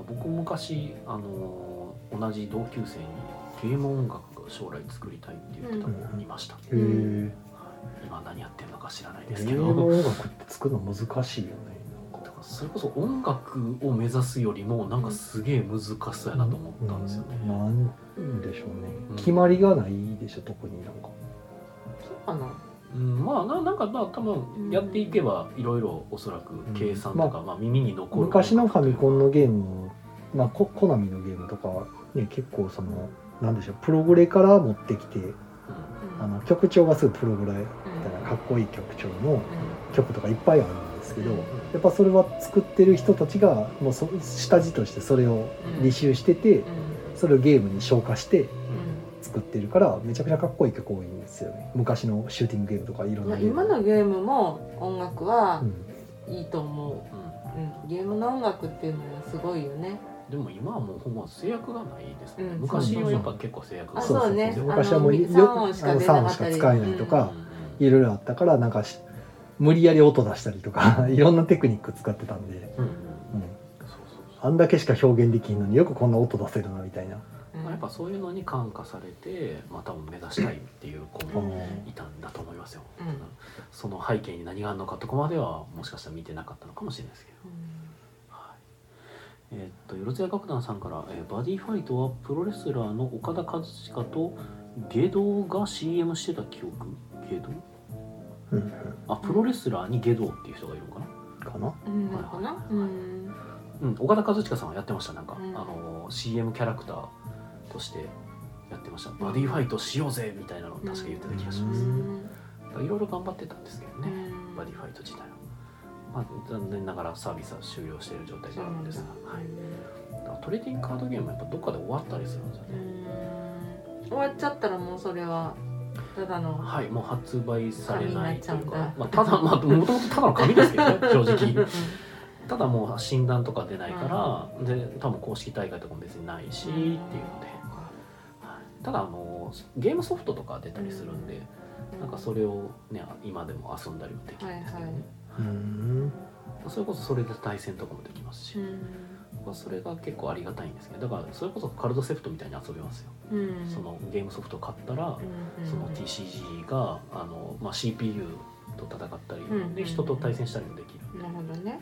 Speaker 1: ら僕昔あのー同じ同級生にゲーム音楽が将来作りたいって言ってたのを見ました、
Speaker 3: うん
Speaker 2: へえ
Speaker 1: 今何やってるのか知らない
Speaker 2: ゲ
Speaker 1: ですけ
Speaker 2: ー
Speaker 1: ど、
Speaker 2: ム音楽って作るの難しいよねなん
Speaker 1: だ
Speaker 2: か
Speaker 1: からそれこそ音楽を目指すよりもなんかすげえ難しそうやなと思ったんですよね、
Speaker 2: うんなんでしょうね、
Speaker 1: うん
Speaker 2: 決まりがないでしょ特になんか
Speaker 3: そうかな
Speaker 1: うんまあななんかまあ多分やっていけばいろいろおそらく計算とか、
Speaker 2: うん
Speaker 1: ま
Speaker 2: ま
Speaker 1: あ、耳に残る
Speaker 2: 昔のファミコンのゲームまあココナミのゲームとか、ね、結構そのなんでしょうプログレから持ってきて
Speaker 1: う
Speaker 3: うん
Speaker 2: あの曲調がすぐプログレみ
Speaker 3: うん
Speaker 2: たいなかっこいい曲調の
Speaker 3: う
Speaker 2: 曲とかいっぱいあるんですけど
Speaker 3: うん
Speaker 2: やっぱそれは作ってる人たちがもうそ下地としてそれを履修してて
Speaker 3: んうん
Speaker 2: それをゲームに昇華して
Speaker 3: う
Speaker 2: 作ってるからめちゃくちゃかっこいい曲多いんですよね昔のシューティングゲームとかいろ
Speaker 3: ん
Speaker 2: ん
Speaker 3: まあ
Speaker 2: なゲー
Speaker 3: 今のゲー
Speaker 2: ム
Speaker 3: ムも音楽は
Speaker 2: うん
Speaker 3: いいと思
Speaker 1: んうん
Speaker 3: う、うん、ゲームの音楽っていうのはすごいよね
Speaker 1: でも今はもうほんま制約がないですね、
Speaker 3: うん
Speaker 1: 昔はやっぱ結構制約が
Speaker 3: あ
Speaker 1: あ
Speaker 3: そうね
Speaker 2: そう昔はもう
Speaker 3: あの
Speaker 2: よ
Speaker 3: 三音しか出な
Speaker 2: あ
Speaker 3: か
Speaker 2: の
Speaker 3: っ
Speaker 2: 三
Speaker 3: たり
Speaker 2: 音しか使えないと
Speaker 1: うん
Speaker 2: か、
Speaker 1: うん
Speaker 2: いろいろあったからなんかし無理やり音出したりとか いろんなテクニック使ってたんで、
Speaker 1: うんうん
Speaker 2: うん、
Speaker 1: そうそうそう
Speaker 2: あんだけしか表現できんのによくこんな音出せるなみたいな、
Speaker 3: うん
Speaker 1: まあやっぱそういうのに感化されてまあ多分目指したいっていう子
Speaker 2: う
Speaker 1: も
Speaker 2: ん
Speaker 1: いたんだと思いますよ、
Speaker 3: うん
Speaker 1: その背景に何があるのかとかまではもしかしたら見てなかったのかもしれないですけど、はいえーっとよろずや楽団さんから、えーバディファイトはプロレスラーの岡田和親とゲドが CM してた記憶ゲド
Speaker 2: うんうん、
Speaker 1: あプロレスラーにゲドっていう人がいるのかな
Speaker 2: かな
Speaker 3: うんなのかなうん
Speaker 1: うん、岡田和親さんはやってましたなんか、
Speaker 3: うん
Speaker 1: あの CM キャラクターとしてやってましたバディファイトしようぜみたいなのを確か言ってた気がしま
Speaker 3: う
Speaker 1: す、
Speaker 3: ん
Speaker 1: いろいろ頑張ってたんですけど
Speaker 3: う
Speaker 1: ね、
Speaker 3: ん
Speaker 1: バディファイト自体は、まあ、残念ながらサービスは終了している状態ではあるんですが、はい、だからトレーディングカードゲームはやっぱどっかで終わったりするんですよ
Speaker 3: う
Speaker 1: ね、
Speaker 3: ん終わっちゃったらもうそれはただの
Speaker 1: はいもう発売されないという
Speaker 3: 紙にな
Speaker 1: か
Speaker 3: っちゃうんだ
Speaker 1: まあ、ただまあもともとただの紙ですけどね 正直
Speaker 3: う
Speaker 1: ただもう診断とか出ないから、で多分公式大会とかも別にないしっていうので、はいただあのゲームソフトとか出たりするんで、なんかそれをね今でも遊んだりもできるんですけどね、
Speaker 2: うん
Speaker 1: それこそそれで対戦とかもできますし、
Speaker 3: うん
Speaker 1: まあ、それが結構ありがたいんですけどだからそれこそカルドセプトみたいに遊べますよ、
Speaker 3: うん
Speaker 1: そのゲームソフトを買ったら、
Speaker 3: うんうん
Speaker 1: その TCG があの、まあ、CPU と戦ったり、
Speaker 3: うん
Speaker 1: で人と対戦したりもできる、
Speaker 3: なるほどね、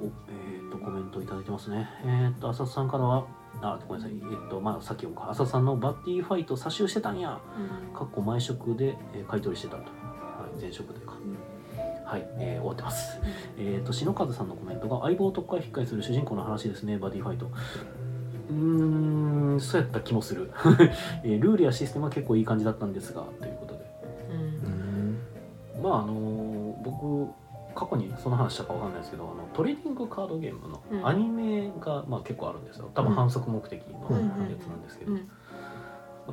Speaker 1: おえー、とコメントいただいてますねえー、と浅田さんからはあごめんなさいえー、とまあさっきもか浅田さんのバッティーファイト差し押してたんや
Speaker 3: うん
Speaker 1: かっこ前職で、えー買い取りしてたと、はい、前職でかはい、えー終わってますえー、と篠和さんのコメントが「相棒を特化引っ換えする主人公の話ですねバディファイト」うーんそうやった気もする、 えールールやシステムは結構いい感じだったんですがということで
Speaker 3: うん
Speaker 1: まああのー僕過去にその話したかわかんないですけどあのトレーディングカードゲーム
Speaker 3: うん
Speaker 1: のアニメが、まあ、結構あるんですよ多分反則目的の
Speaker 2: うん
Speaker 1: やつなんですけど、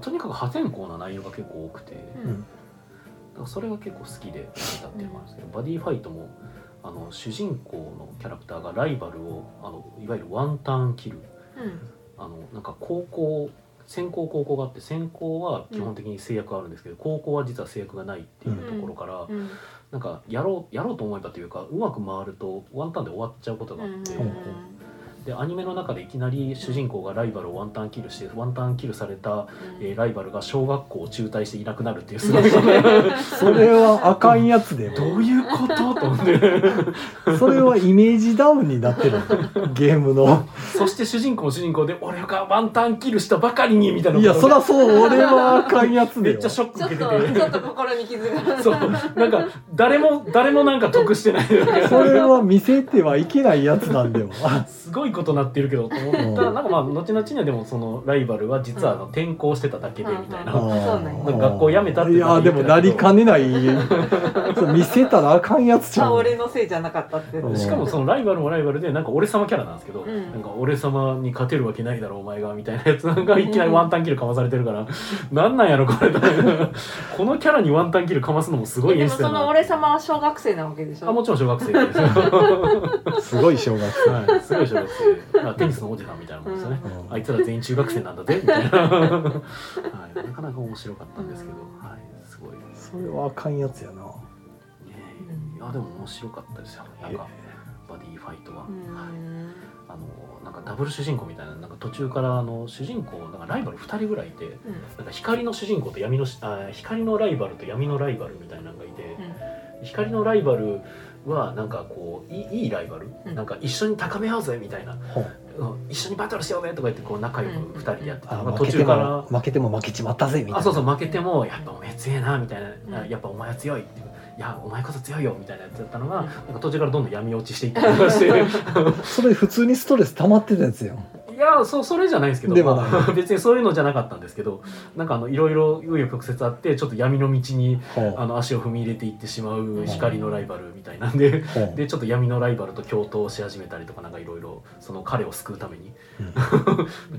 Speaker 1: とにかく破天荒な内容が結構多くて、
Speaker 3: うん
Speaker 1: だからそれが結構好きで見たっていうのもあるんですけど、バディファイトもあの主人公のキャラクターがライバルをあのいわゆるワンターンキルあのなんか高校先行高校があって先行は基本的に制約があるんですけど、高校は実は制約がないっていうところから、
Speaker 3: うんうん
Speaker 1: なんかやろうやろうと思えばというかうまく回るとワンターンで終わっちゃうことがあって、
Speaker 2: うん
Speaker 1: でアニメの中でいきなり主人公がライバルをワンターンキルしてワンターンキルされた、えーライバルが小学校を中退していなくなるっていうす ごい
Speaker 2: それはあかんやつで
Speaker 1: どういうことと思って
Speaker 2: それはイメージダウンになってるゲームの
Speaker 1: そして主人公も主人公で俺がワンタンキルしたばかりにみたいない
Speaker 2: やそらそう俺はあかんやつで
Speaker 1: め
Speaker 2: よ
Speaker 1: っちゃショック
Speaker 3: ちょっ
Speaker 1: 受け
Speaker 3: とちょ
Speaker 1: て
Speaker 3: っと心に傷が
Speaker 1: てそうなんか誰も誰もなんか得してない
Speaker 2: それは見せてはいけないやつなんだ よ
Speaker 1: すごいことなってるけどと思ったらなんかまあ後々にはでもそのライバルは実はあの転校してただけでみたい
Speaker 3: あ
Speaker 1: な。
Speaker 3: そうなん
Speaker 1: や学校辞めたって
Speaker 2: いやでもなりかねないそう見せたらあかんやつじゃ
Speaker 3: あ
Speaker 2: ん
Speaker 3: 俺のせいじゃなかったって
Speaker 2: うん
Speaker 1: しかもそのライバルもライバルでなんか俺様キャラなんですけど、
Speaker 3: うん
Speaker 1: なんか俺様に勝てるわけないだろお前がみたいなやつなんかいきなりワンタンキルかまされてるから、なんなんやろこれ このキャラにワンタンキルかますのもすごい
Speaker 3: で
Speaker 1: 演
Speaker 3: も
Speaker 1: 出だ
Speaker 3: そ
Speaker 1: な
Speaker 3: の俺様は小学生なわけでしょ
Speaker 1: あもちろん小学生ですよ、は
Speaker 2: すごい小学生
Speaker 1: い、すごい小学 生あテニスのおじさんみたいなもんですよね、
Speaker 2: うん
Speaker 1: あいつら全員中学生なんだぜみたいな、はい、なかなか面白かったんですけど、
Speaker 3: うん
Speaker 1: はい、すごいね
Speaker 2: それはあかんやつやな
Speaker 1: えいやでも面白かったですよなんかバディファイトは、はい
Speaker 3: ん
Speaker 1: あのなんかダブル主人公みたいななんか途中からあの主人公なんかライバル2人ぐらいいてなんか光の主人公と闇のしあ光のライバルと闇のライバルみたいなのがいて、光のライバルはなんかこういいいいライバル、
Speaker 3: うん
Speaker 1: なんか一緒に高め合うぜみたいな、
Speaker 2: ほう
Speaker 1: うん一緒にバトルしようぜとか言ってこう仲良く2人でやってて、
Speaker 2: あ
Speaker 1: まあ、
Speaker 2: 負
Speaker 1: 途
Speaker 2: け
Speaker 1: 中
Speaker 2: て
Speaker 1: か
Speaker 2: も
Speaker 1: ら
Speaker 2: 負けても負けちまったぜみたいな
Speaker 1: あそうそう負けてもやっぱお前強えなみたいな、
Speaker 3: うん
Speaker 1: やっぱお前は強いっていういやお前こそ強いよみたいなやつだったのが、なんか途中からどんどん闇落ちして いったりとかして
Speaker 2: それ普通にストレス溜まってたやつやん
Speaker 1: いやそそれじゃないんですけど
Speaker 2: ではない
Speaker 1: まあ 別にそういうのじゃなかったんですけどなんかあのいろいろ紆余曲折あってちょっと闇の道に
Speaker 2: ほう
Speaker 1: あの足を踏み入れていってしまう光のライバルみたいなんで。
Speaker 2: ほう
Speaker 1: でちょっと闇のライバルと共闘し始めたりとかなんかいろいろその彼を救うために
Speaker 2: うん
Speaker 1: なん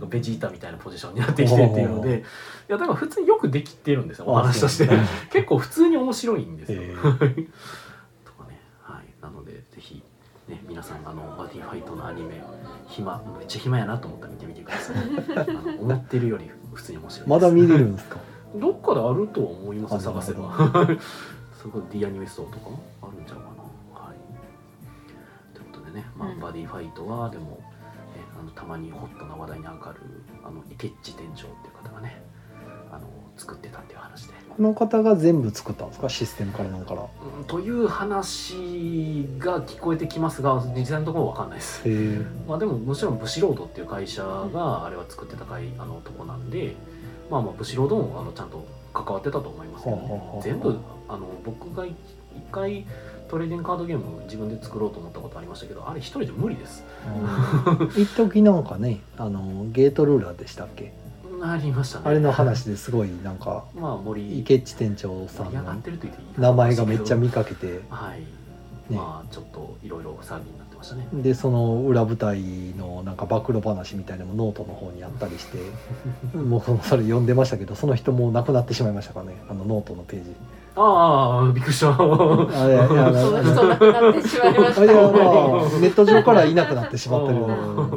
Speaker 1: かベジータみたいなポジションになってきてっていうのでいやだから普通によくできてるんですよお 話として
Speaker 2: あそう
Speaker 1: 結構普通に面白いんですよ、
Speaker 2: え
Speaker 1: とかねはいなのでぜひね皆さんあのバディファイトのアニメ暇めっちゃ暇やなと思ったら見てみてくださいあの思ってるより普通に面白いです
Speaker 2: まだ見れるんで すか
Speaker 1: どっかであると思いま
Speaker 2: あ
Speaker 1: す探せば
Speaker 2: な
Speaker 1: そこで D アニメストとかもあるんちゃうかなはいということでね、まあ
Speaker 3: うん
Speaker 1: バディファイトはでも、えあのたまにホットな話題に上がるあのイケッチ店長っていう方がねあの作ってたっていう話で、
Speaker 2: この方が全部作ったんですかシステムからなんからへ
Speaker 1: うん、という話が聞こえてきますが実際のところは分かんないです
Speaker 2: え
Speaker 1: まあでももちろんブシロードっていう会社があれは作ってた会あのとこなんでまあまあブシロードもあのちゃんと関わってたと思いますけど、
Speaker 2: ほうほうほ
Speaker 1: ね
Speaker 2: うほう、
Speaker 1: 全部あの僕が一一回トレーディングカードゲーム自分で作ろうと思ったことありましたけどあれ一人じゃ無理です
Speaker 2: 一時なんかねあのゲートルーラーでしたっけ
Speaker 1: なりましたね
Speaker 2: あれの話ですごいなんか
Speaker 1: まあ森
Speaker 2: 池地店長さ
Speaker 1: 盛
Speaker 2: ん
Speaker 1: り上がっ
Speaker 2: の
Speaker 1: てると言っていいかも
Speaker 2: 名前がめっちゃ
Speaker 1: しれない
Speaker 2: 見かけて
Speaker 1: けどはい、まあちょっといろいろ騒ぎになってましたね
Speaker 2: でその裏舞台のなんか暴露話みたいなのもノートの方にあったりしてもうそのそれ読んでましたけどその人もう亡くなってしまいましたからねあのノートのページ
Speaker 1: ああびっくりした
Speaker 2: あれいやあの
Speaker 3: そうそうなくなってしまいまし
Speaker 2: あいやまあ
Speaker 3: た
Speaker 2: ネット上からいなくなってしまったけど
Speaker 1: う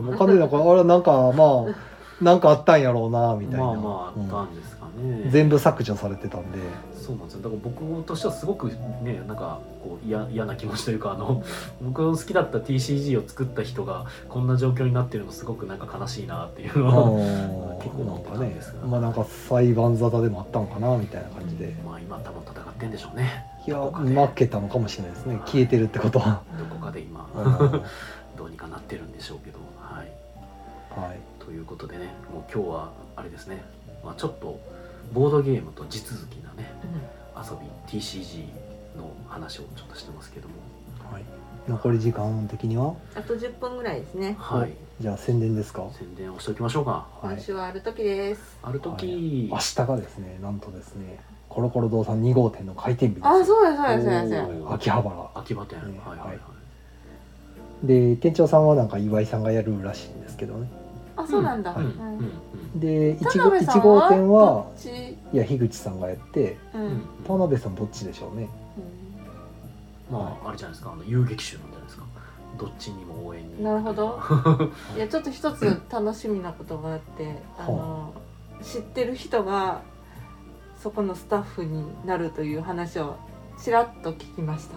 Speaker 2: もう完全になんかあれなんかまあなんかあったんやろうなみたいな、
Speaker 1: まあまああったんですかね、
Speaker 2: うん全部削除されてたんで
Speaker 1: そうなんですよだから僕としてはすごくねなんかこう嫌嫌な気持ちというかあの 僕の好きだった TCG を作った人がこんな状況になってるのすごくなんか悲しいなっていう
Speaker 2: あ
Speaker 1: のを
Speaker 2: ー
Speaker 1: 結構
Speaker 2: な
Speaker 1: 思
Speaker 2: ん
Speaker 1: って
Speaker 2: か
Speaker 1: たん
Speaker 2: ね
Speaker 1: ですが
Speaker 2: まあなんか裁判沙汰でもあったのかなみたいな感じで、
Speaker 1: まあ今多分戦ってんでしょうね
Speaker 2: いや
Speaker 1: どこかで
Speaker 2: 負けたのかもしれないですね消えてるってことは、
Speaker 1: どこかで今
Speaker 2: うんは
Speaker 1: どうにかなってるんでしょうけどはい
Speaker 2: い
Speaker 1: ということでねもう今日はあれですね、まあ、ちょっとボードゲームと地続きなね遊び TCG の話をちょっとしてますけども
Speaker 2: はい、残り時間的には
Speaker 3: あと10分ぐらいですね。
Speaker 1: はい
Speaker 2: じゃあ宣伝ですか、はい、
Speaker 1: 宣伝をしておきましょうか
Speaker 3: 今週はある時です。
Speaker 1: ある時、
Speaker 2: 明日がですねなんとですねコロコロ堂さん2号店の開店日です
Speaker 3: あ、そうやそうやそうやそうや。
Speaker 1: おー
Speaker 2: 秋葉原
Speaker 1: 秋葉店、
Speaker 2: ね
Speaker 1: はいはいはい、
Speaker 2: で店長さんはなんか岩井さんがやるらしいんですけどね
Speaker 3: あ、そうなんだ。
Speaker 2: は
Speaker 3: はいい
Speaker 1: うんうん
Speaker 2: で1
Speaker 3: 田
Speaker 2: 号
Speaker 3: 辺さ
Speaker 2: 1
Speaker 3: んは
Speaker 2: 号店は
Speaker 3: どっち
Speaker 2: いや樋口さんがやって
Speaker 3: う
Speaker 1: うんうん
Speaker 3: ん。
Speaker 2: 田辺さんどっちでしょうね
Speaker 1: まああれじゃないですかあの遊撃手なんじゃないですかどっちにも応援に
Speaker 3: なるほどいやちょっと一つ楽しみなことがあってあの知ってる人がそこのスタッフになるという話をちらっと聞きました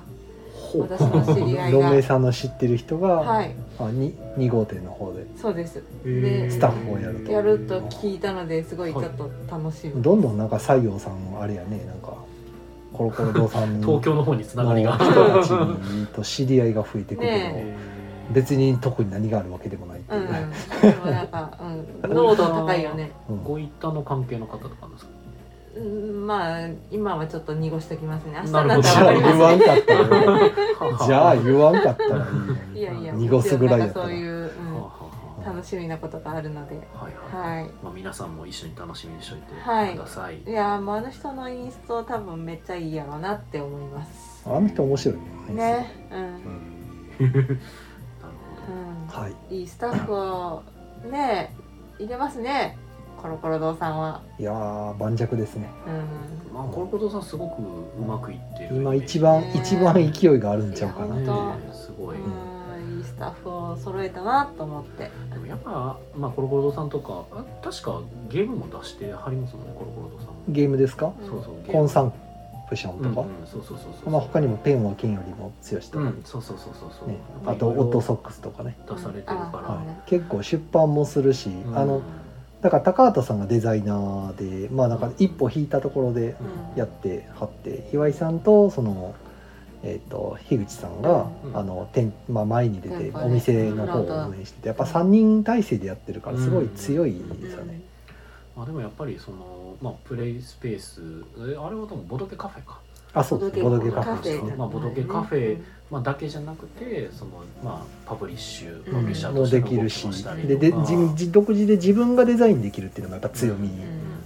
Speaker 1: ほう
Speaker 3: 私の知り合い
Speaker 2: ロメイ
Speaker 3: が
Speaker 2: さんの知ってる人が、
Speaker 3: はい
Speaker 2: あ 2, 2号店の方で
Speaker 3: そうです
Speaker 1: へー
Speaker 2: スタッフをやると
Speaker 3: やると聞いたのですごいちょっと楽しみ、
Speaker 2: どんどんなんか西洋さんもあれやねなんかコロコロ堂さんの
Speaker 1: 東
Speaker 2: 人
Speaker 1: 京の方につながりが、
Speaker 2: たちと知り合いが増えてくるけど、
Speaker 3: ね
Speaker 2: 別に特に何があるわけでもないって
Speaker 3: う
Speaker 2: い
Speaker 3: ん
Speaker 2: う、
Speaker 3: でもなんか、うん、濃度高いよね
Speaker 2: うん
Speaker 1: ご一家の関係の方とかなんですか
Speaker 3: うんまあ今はちょっと濁してきますね明日に
Speaker 1: なる
Speaker 3: な
Speaker 1: ほど
Speaker 3: った
Speaker 2: じ
Speaker 3: ら
Speaker 2: ゃ
Speaker 3: わか
Speaker 2: あ
Speaker 3: りま
Speaker 2: 言
Speaker 3: す
Speaker 2: わんかったらね じゃあ
Speaker 1: は
Speaker 2: 言わ んかったらいいのに
Speaker 3: いやいや、
Speaker 2: 濁すぐらいやった
Speaker 3: そ
Speaker 2: ら
Speaker 3: ういう、
Speaker 1: あは
Speaker 3: う
Speaker 1: あ
Speaker 3: ん、
Speaker 1: は
Speaker 3: 楽しみなことがあるので、
Speaker 1: あはいはい
Speaker 3: は
Speaker 1: まあ、皆さんも一緒に楽しみにしておいて
Speaker 3: はい
Speaker 1: ください
Speaker 3: い。いやー、もうあの人のインスト多分めっちゃいいやろうなって思います。
Speaker 2: あの人面白いよね
Speaker 3: ね、う、
Speaker 2: うんん
Speaker 1: なる
Speaker 2: はい
Speaker 3: うん、いいスタッフをね、入れますね。コロコロ堂さんは、
Speaker 2: いやー盤石ですね
Speaker 3: うん、
Speaker 1: ほど。まあ、コロコロさんすごくうまくいってる。
Speaker 2: 今一番
Speaker 3: ね
Speaker 2: 一番勢いがあるんちゃうか
Speaker 3: い
Speaker 2: な
Speaker 3: や本
Speaker 1: ね、すごい。
Speaker 3: うん、いいスタッフを揃えたなと思って。
Speaker 1: でもやっぱ、まあ、コロコロさんとか、あ確かゲームも出してはりますもんね、コロコロさんも。
Speaker 2: ゲームですか
Speaker 3: うん
Speaker 1: そうそう。
Speaker 2: コンサ
Speaker 1: ン
Speaker 2: ンプションとか、
Speaker 1: うんうん、そうそうそうそう。
Speaker 2: まあ他にも「ペンは剣よりも強し」と
Speaker 1: う
Speaker 2: か、
Speaker 1: ん、そうそうそうそうそう。
Speaker 2: ね、あと「オットソックス」とかね、
Speaker 1: 出されてる
Speaker 3: うん
Speaker 1: か
Speaker 3: あ
Speaker 2: はい、結構出版もするし、
Speaker 1: ら。うん
Speaker 2: あの、だから高畑さんがデザイナーでまあなんか一歩引いたところでやってはって岩井さんとそのえっ、と樋口さんが、
Speaker 1: うん
Speaker 2: あの店まあ、前に出て
Speaker 3: 店舗ね
Speaker 2: お店の方を応援しててやっぱ3人体制でやってるからすごい強いですよね、
Speaker 1: まあ、でもやっぱり、その、まあ、プレイスペース、えあれは多分ボドゲカフェか。
Speaker 2: あそうですボドゲカフェで
Speaker 1: ボドゲカフェ
Speaker 2: すね
Speaker 1: まあボドゲカフェ。まあ、だけじゃなくてその、まあ、パブリッシュパブリッシャーと
Speaker 2: も
Speaker 1: して
Speaker 2: で
Speaker 1: の
Speaker 2: き
Speaker 1: 動
Speaker 2: る
Speaker 1: き
Speaker 2: し
Speaker 1: もしたりとか
Speaker 2: でで自自独自で自分がデザインできるっていうのがやっぱ強み、
Speaker 1: うん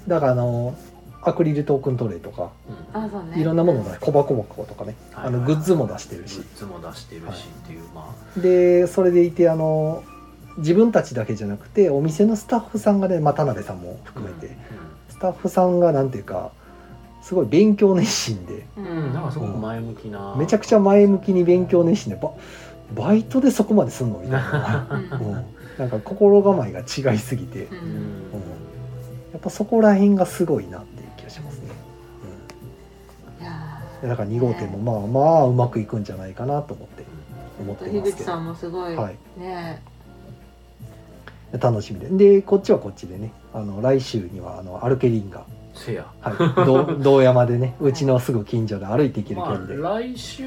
Speaker 2: だからあのアクリルトークントレイとか
Speaker 1: うん
Speaker 3: あ、そうね。
Speaker 2: いろんなものを出して小箱箱とかね
Speaker 1: はい
Speaker 2: あのグッズも出して
Speaker 1: グ
Speaker 2: るし
Speaker 1: ッズも出してる
Speaker 2: はい
Speaker 1: しっていう、ま
Speaker 2: でそれでいてあの自分たちだけじゃなくてお店のスタッフさんがね、まあ、田辺さんも
Speaker 1: あ、
Speaker 2: 含めて、
Speaker 1: うん
Speaker 2: スタッフさんがなんていうかすごい勉強熱心で
Speaker 3: う
Speaker 1: うんうんなんかす
Speaker 2: そ
Speaker 1: ごく前向きな、
Speaker 2: めちゃくちゃ前向きに勉強熱心でババイトでそこまですんのみたいな、
Speaker 3: うん
Speaker 2: うん、なんか心構えが違いすぎて
Speaker 3: う
Speaker 1: うんん
Speaker 2: うんやっぱそこら辺がすごいなっていう気がしますね、
Speaker 3: いやー
Speaker 2: うん、だから2号店もまあまあうまくいくんじゃないかなと思って思ってま
Speaker 3: 樋
Speaker 2: す
Speaker 3: 口
Speaker 2: け
Speaker 3: さ
Speaker 2: ど
Speaker 3: んもすごい、
Speaker 2: はい
Speaker 3: ね
Speaker 2: 楽しみででこっちはこっちでねあの来週にはあのアルケリンが
Speaker 1: せや
Speaker 2: はい、ど道山でねうちのすぐ近所で歩いていける
Speaker 1: まあ
Speaker 2: 距離 で、
Speaker 1: 来週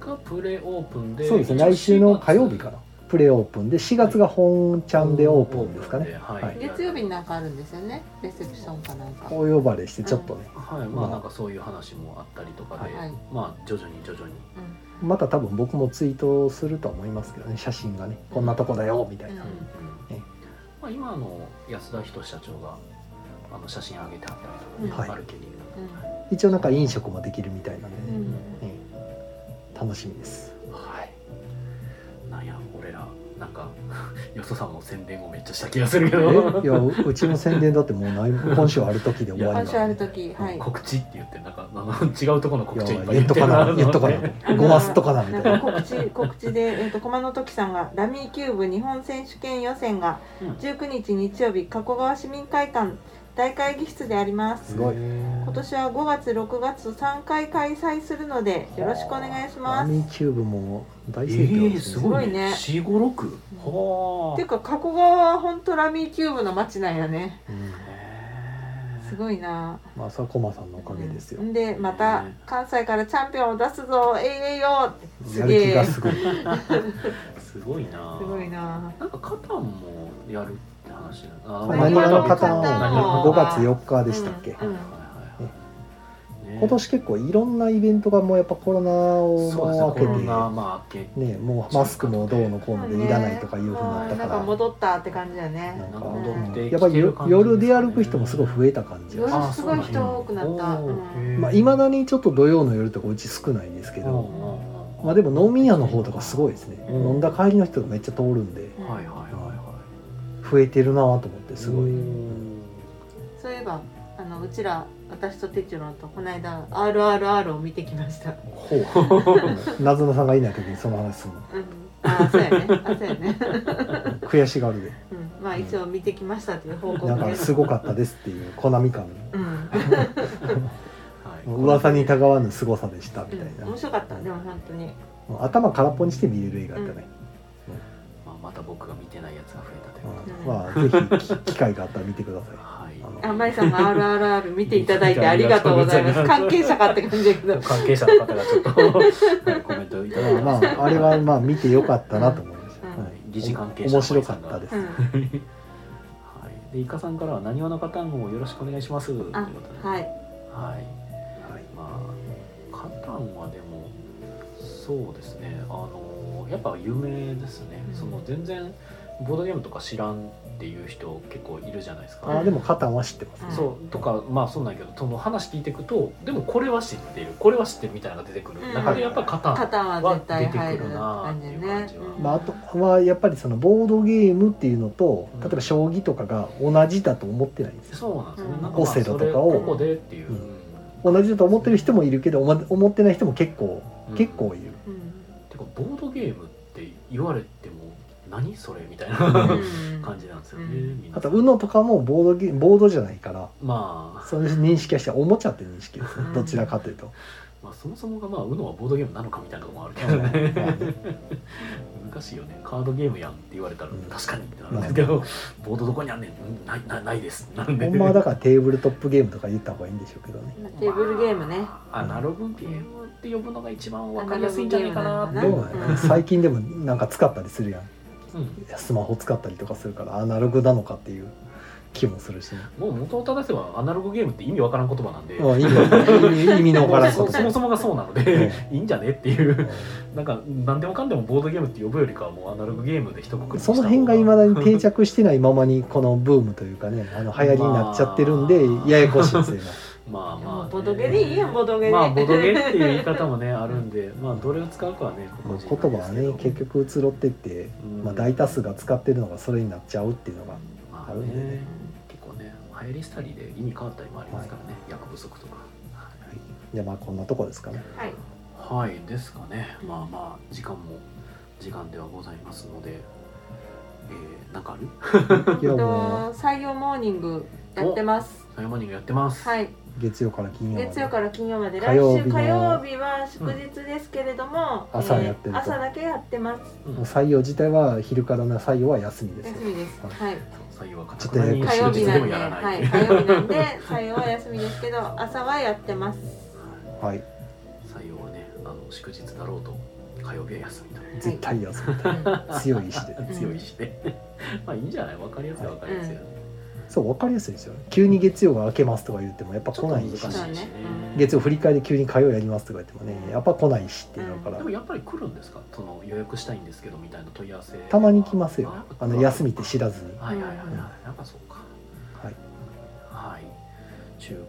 Speaker 1: がプレオープンで
Speaker 2: そうですね来週の火曜日かなプレオープンで4月が本ちゃんでオープンですかね、
Speaker 1: はい、
Speaker 2: は
Speaker 3: え月曜日になんかあるんですよねレセプションかなんか
Speaker 2: お呼ばれしてちょっとね、
Speaker 1: はいまあなんかそういう話もあったりとかで、
Speaker 3: はい
Speaker 1: まあ徐々に徐々に
Speaker 2: また多分僕もツイートすると思いますけどね写真がねこんなとこだよみたいな、
Speaker 3: うん
Speaker 1: うんまあ、今あの安田仁社長があの写真上げてあったりとか
Speaker 2: は
Speaker 1: ね、
Speaker 2: い
Speaker 1: 歩けに
Speaker 3: う
Speaker 2: 一応なんか飲食もできるみたいなんで
Speaker 3: んう
Speaker 2: ね、
Speaker 3: ん
Speaker 2: ええ楽しみです
Speaker 1: はいなんや俺らなんか よそさんの宣伝をめっちゃした気がするけ
Speaker 2: え
Speaker 1: ど
Speaker 2: いやううちの宣伝だってもうない今週ある時で終わ
Speaker 3: 今
Speaker 2: り
Speaker 3: 週あ
Speaker 2: だ
Speaker 3: る時はい
Speaker 1: 告知って言ってなんかあの違うところの
Speaker 2: い
Speaker 1: 告知をい
Speaker 2: や
Speaker 1: っぱい
Speaker 2: 言
Speaker 1: 言
Speaker 2: っ
Speaker 1: って
Speaker 2: と
Speaker 1: る
Speaker 2: か
Speaker 1: な
Speaker 2: な言っとかなごますっとかなみ
Speaker 3: な
Speaker 2: た
Speaker 3: いん
Speaker 2: な
Speaker 3: か告知告知で、えー、と駒の時さんがラミーキューブ日本選手権予選が
Speaker 1: うん
Speaker 3: 19日日曜日加古川市民会館大会議室であります
Speaker 2: すごい
Speaker 3: 今年は5月6月3回開催するのでよろしくお願いし
Speaker 2: ア
Speaker 3: ます
Speaker 2: ミキューブも大
Speaker 1: え
Speaker 2: 盛況
Speaker 1: ー、
Speaker 2: ですす
Speaker 1: ごい
Speaker 3: すごい
Speaker 1: ね
Speaker 3: ね
Speaker 1: 四五六は
Speaker 3: っていうか加古川は本当ラミーキューブの街なんやね
Speaker 2: うん
Speaker 1: あへ
Speaker 3: すごいな
Speaker 2: まあそれはコマさんのおかげですよ
Speaker 3: うんでまた
Speaker 1: ね
Speaker 3: 関西からチャンピオンを出すぞえいえいよってす
Speaker 2: や
Speaker 3: げ
Speaker 2: る気
Speaker 3: え
Speaker 2: が
Speaker 3: す
Speaker 2: すごい
Speaker 1: ーすごいな
Speaker 3: ごいな
Speaker 1: なんかカタンもやるって話だあ
Speaker 3: そう
Speaker 2: 何
Speaker 3: 々
Speaker 2: 話の
Speaker 3: カタ
Speaker 2: 方
Speaker 3: ンを
Speaker 2: を5月4日でしたっけ
Speaker 3: うん
Speaker 2: 今年結構いろんなイベントがもうやっぱコロナを
Speaker 1: そうですねコロ
Speaker 2: 明
Speaker 1: ナまあ明け
Speaker 2: けてねもうマスクもどうのこうのでいらないとかいうふうになったか
Speaker 3: んなんから戻ったって感じだね
Speaker 2: なんか
Speaker 1: って
Speaker 3: 戻
Speaker 1: きてる感じですね
Speaker 2: やっぱりよ夜出歩く人もすごい増えた感じが
Speaker 3: 夜
Speaker 2: し
Speaker 3: すごい人多くなった
Speaker 1: おー
Speaker 3: うん
Speaker 1: へー
Speaker 2: まあいまだにちょっと土曜の夜とかうち少ないですけ
Speaker 1: うんう
Speaker 2: ど
Speaker 1: んうん
Speaker 2: まあでも飲み屋の方とかすごいですね
Speaker 1: うん
Speaker 2: 飲んだ帰りの人がめっちゃ通るんで
Speaker 3: うん
Speaker 1: はいはいはいは
Speaker 2: 増えてるなぁと思って
Speaker 1: い
Speaker 2: すごい
Speaker 1: うん
Speaker 3: そういえばあのうちら私とてちゅろんとこの間 RRR を見てきました。
Speaker 1: ほう
Speaker 2: なずなさんがいない時にその話するの
Speaker 3: うん、あそうやね。あそうやね。
Speaker 2: 悔しがるで
Speaker 3: うん、まあ一応見てきましたという報
Speaker 2: な
Speaker 3: 告
Speaker 2: んか
Speaker 3: ですす。
Speaker 2: ごかったですっていうコナミ感
Speaker 3: うん、
Speaker 1: はい
Speaker 2: 噂にたがわぬ凄さでしたみたい
Speaker 3: うん
Speaker 2: な
Speaker 3: 面白かったでも本当に。
Speaker 2: もう頭空っぽにして見れる映画だったね、
Speaker 1: まあまた僕が見てないやつが増えたということで
Speaker 3: うん
Speaker 2: まあぜひき機会があったら見てください
Speaker 1: はい
Speaker 2: あ
Speaker 3: あ
Speaker 2: の
Speaker 3: まりさんも RRR 見ていただいてありがとうございます。関係者かって感じだけど。
Speaker 1: 関係者の方が ちょっとはいコメントいただいて
Speaker 2: ま
Speaker 1: ま
Speaker 2: あ、
Speaker 1: す
Speaker 2: まあ、あれはまあ見てよかったなと思いました、
Speaker 3: うん
Speaker 2: はい
Speaker 1: 疑似関係者
Speaker 2: 面白かったです、
Speaker 3: うん、
Speaker 1: はいでイカさんからは何話の方もよろしくお願いしますということ
Speaker 3: あ
Speaker 1: で
Speaker 3: はい。
Speaker 1: はい
Speaker 2: はい
Speaker 1: まあカタンはでもそうですねあのやっぱ有名ですね、
Speaker 3: うん
Speaker 1: その全然ボードゲームとか知らんっていう人結構いるじゃないですか、
Speaker 2: あーでもカタンは知ってます、
Speaker 3: うん
Speaker 1: そうとかまあそうなんやけどその話聞いていくとでもこれは知っているこれは知ってるみたいなのが出てくる、
Speaker 3: うん
Speaker 1: 中でやっぱカタン、
Speaker 3: 肩は絶対入るって感じ
Speaker 1: は出
Speaker 3: ね
Speaker 1: てくるなーっていう感じは。
Speaker 3: うん
Speaker 2: まあ、あとはやっぱりそのボードゲームっていうのと例えば将棋とかが同じだと思ってないんですよ
Speaker 1: そうなんですよね、
Speaker 3: うん
Speaker 1: なんかまあ
Speaker 2: オセロとかを
Speaker 1: それここでっていう、
Speaker 2: うん同じだと思ってる人もいるけどおま思ってない人も結構
Speaker 1: うん
Speaker 2: 結構いる、
Speaker 3: うん
Speaker 1: てかボードゲームって言われても何それみたいな
Speaker 3: う
Speaker 1: 感じなんですよね、
Speaker 3: うん
Speaker 1: みんな
Speaker 2: あと UNO とかもボードゲームボードじゃないから
Speaker 1: まあ、
Speaker 2: そういう認識はしておもちゃって認識ですね
Speaker 3: うん
Speaker 2: どちらかというと、
Speaker 1: まあそもそもがまあ UNO はボードゲームなのかみたいなところもあるけ
Speaker 2: まあ
Speaker 1: どね、
Speaker 2: ね
Speaker 1: 難しいよねカードゲームやんって言われたら
Speaker 2: うん
Speaker 1: 確かにってなるんですけど、ボードどこにあんねんうんないないないですなんで
Speaker 2: ほんまはだからテーブルトップゲームとか言った方がいいんでしょうけどね
Speaker 3: んテーブルゲームね。
Speaker 1: まあアナログゲームって呼ぶのが一番わかりやすいんじゃないかなって
Speaker 2: ど
Speaker 3: ア
Speaker 2: う
Speaker 3: ナ
Speaker 2: な
Speaker 3: ログ
Speaker 2: ん
Speaker 3: ゲームだ
Speaker 2: やろ
Speaker 3: な
Speaker 2: ね、最近でもなんか使ったりするやん
Speaker 1: うん
Speaker 2: スマホ使ったりとかするからアナログなのかっていう気もするし、ね、
Speaker 1: もう元を正せばアナログゲームって意味わからん言葉なんで、
Speaker 2: うん意味の意味意味のわからんこ
Speaker 1: そ
Speaker 2: と
Speaker 1: そもそもがそうなので、いいんじゃねっていう
Speaker 2: う
Speaker 1: なんか何でもかんでもボードゲームって呼ぶよりかはもうアナログゲームで一括り
Speaker 2: ん
Speaker 1: にした
Speaker 2: そ
Speaker 1: 方
Speaker 2: の辺がいまだに定着してないままにこのブームという かねあの流行りになっちゃってるんで
Speaker 1: まあ
Speaker 2: ややこしいんですよ
Speaker 1: まあまあ、
Speaker 3: もうボドゲでいいやんボドゲで。
Speaker 1: まあボードゲっていう言い方もねあるんでまあどれを使うかはね
Speaker 2: 今
Speaker 1: 個人
Speaker 2: 言葉はね
Speaker 1: なんですけど
Speaker 2: 結局移ろってって、
Speaker 1: うん
Speaker 2: まあ、大多数が使ってるのがそれになっちゃうっていうのが
Speaker 1: ま
Speaker 2: あ
Speaker 1: あ
Speaker 2: るんでね
Speaker 1: ね結構ね流行りしたりで意味変わったりもありますからね、役不足とか
Speaker 2: じゃあまあこんなとこですかね
Speaker 3: はい。
Speaker 1: はい、はい、ですかねまあまあ時間も時間ではございますのでえー、なんかある
Speaker 2: いや
Speaker 3: えっと
Speaker 2: も
Speaker 3: 採用モーニングやってます。
Speaker 1: サイモニングやってます
Speaker 3: はいい。
Speaker 2: 月曜から金曜まで
Speaker 3: 月曜から金曜まで
Speaker 2: 火
Speaker 3: 来
Speaker 2: 曜日
Speaker 3: 週
Speaker 2: の
Speaker 3: 火曜日は祝日ですけれども、
Speaker 2: うん朝やってると
Speaker 3: 朝だけやってます。
Speaker 2: もう採用自体は昼からの採用は休みです
Speaker 3: 休みです。はい。
Speaker 1: 採用はか
Speaker 2: ち
Speaker 1: た
Speaker 2: ょ
Speaker 1: く
Speaker 2: っとや
Speaker 1: な
Speaker 2: や
Speaker 1: に
Speaker 2: こ
Speaker 3: 火
Speaker 2: し
Speaker 1: 祝
Speaker 3: 曜
Speaker 1: 日で
Speaker 3: 日な
Speaker 1: も
Speaker 3: んで、
Speaker 1: やらない、
Speaker 3: はい、火曜日なんで採用は休みですけど、朝はやってます。
Speaker 2: はい
Speaker 1: 採用はねあの祝日だろうと火曜日は休みという
Speaker 2: 絶対 休み
Speaker 3: うん
Speaker 2: 強い意志で
Speaker 3: うん
Speaker 1: 強いしね まあいいんじゃないわかりやすいわかりやすいよね、
Speaker 2: そう分かりやすいですよね急に月曜が明けますとか言ってもやっぱ
Speaker 1: ちょ
Speaker 2: 来
Speaker 1: っと
Speaker 2: な
Speaker 1: 難
Speaker 2: い
Speaker 1: しい
Speaker 2: し
Speaker 1: し
Speaker 3: そう
Speaker 1: ね
Speaker 3: ね
Speaker 2: 月曜振り返りで急に火曜やりますとか言ってもねやっぱ来ないしっていうのか
Speaker 1: で
Speaker 2: ら
Speaker 1: もやっぱり来るんですかその予約したいんですけどみたいな問い合わせ
Speaker 2: たまに来ますよ
Speaker 1: やっぱ
Speaker 2: あの休みって知らずに
Speaker 1: はいはいはいはい
Speaker 2: うん
Speaker 1: やっぱそうか
Speaker 2: はい
Speaker 1: はい中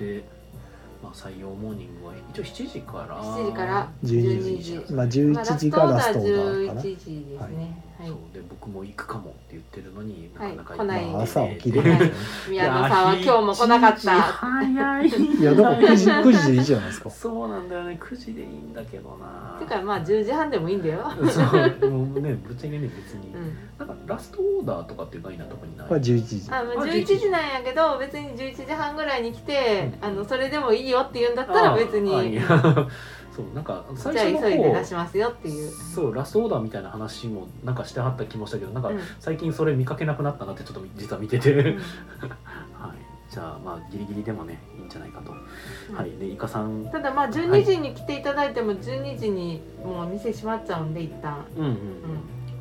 Speaker 1: 古ってまあ、採用モーニングは一応7時から
Speaker 3: 7時から
Speaker 2: 12
Speaker 3: 12時
Speaker 2: まあ
Speaker 3: まあ、ラ
Speaker 2: 11
Speaker 3: ス
Speaker 2: 時
Speaker 3: トオ
Speaker 2: が
Speaker 3: ーダ
Speaker 2: ラストオー
Speaker 3: ー
Speaker 2: ダーかな
Speaker 3: 11時ですね。はい
Speaker 1: そう。で僕も行くかもって言ってるのにな
Speaker 3: は
Speaker 1: か
Speaker 3: い
Speaker 1: なか
Speaker 3: 来ない
Speaker 2: まあ朝起き
Speaker 3: で
Speaker 2: れ
Speaker 3: す
Speaker 2: る
Speaker 3: ね
Speaker 2: んじゃ
Speaker 3: 宮
Speaker 2: ない
Speaker 3: 野さんは今日も来なかった。
Speaker 1: 早い
Speaker 2: いや だから9時9時でいいじゃないですか
Speaker 1: そうなんだよね9時でいいんだけどな
Speaker 3: てかまあ10時半でもいいんだよ。
Speaker 1: そう もうねぶっちゃけね別に、
Speaker 3: うん。
Speaker 1: なんかラストオーダーとかっていう概念とかにない、
Speaker 2: まあ11時
Speaker 3: あま
Speaker 1: あ
Speaker 3: あ11時なんやけど別に11時半ぐらいに来て、
Speaker 1: うん
Speaker 3: あのそれでもいいよって言うんだったら別
Speaker 1: ああい
Speaker 3: に
Speaker 1: や そうなんか
Speaker 3: じゃあ
Speaker 1: 最
Speaker 3: 急
Speaker 1: 初
Speaker 3: い
Speaker 1: の
Speaker 3: で出し
Speaker 1: 方
Speaker 3: ますよっていう。
Speaker 1: そうラストオーダーみたいな話もなんかしてはった気もしたけどなんか
Speaker 3: うん
Speaker 1: 最近それ見かけなくなったなってちょっと実は見てて、
Speaker 3: う ん
Speaker 1: はい、じゃあまあギリギリでもねいいんじゃないかと、
Speaker 3: うん
Speaker 1: はいでイカさん
Speaker 3: ただまあ12時に来ていただいても12時にもう店閉まっちゃうんで一旦。
Speaker 1: うんうん、うん、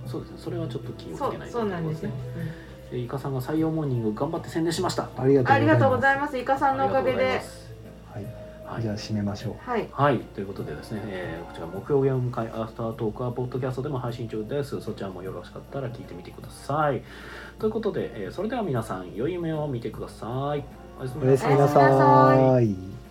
Speaker 1: そうですねそれはちょっと気を
Speaker 3: そ
Speaker 1: つけ
Speaker 3: う
Speaker 1: ないと
Speaker 3: そうなんです
Speaker 1: ね
Speaker 3: よ。
Speaker 1: でイカさんが採用モーニング頑張って宣伝しました
Speaker 2: ありが
Speaker 3: ありがと
Speaker 2: と
Speaker 3: う
Speaker 2: う
Speaker 3: ご
Speaker 2: ご
Speaker 3: ざ
Speaker 2: ざ
Speaker 3: い
Speaker 2: いま
Speaker 3: ます。イカさんのおかげ
Speaker 1: ありが
Speaker 3: で
Speaker 1: とうございま。す
Speaker 2: す
Speaker 1: は
Speaker 2: はい
Speaker 1: い
Speaker 2: じゃあ締めましょう
Speaker 3: はい。
Speaker 1: はい、ということでですね、えーこちら木曜ゲーム会アフタートークはポッドキャストでも配信中ですそちらもよろしかったら聞いてみてくださいということで、えーそれでは皆さん良い夢を見てくださいおやすみ
Speaker 2: おやすみなさ
Speaker 3: おやすみな
Speaker 2: ーい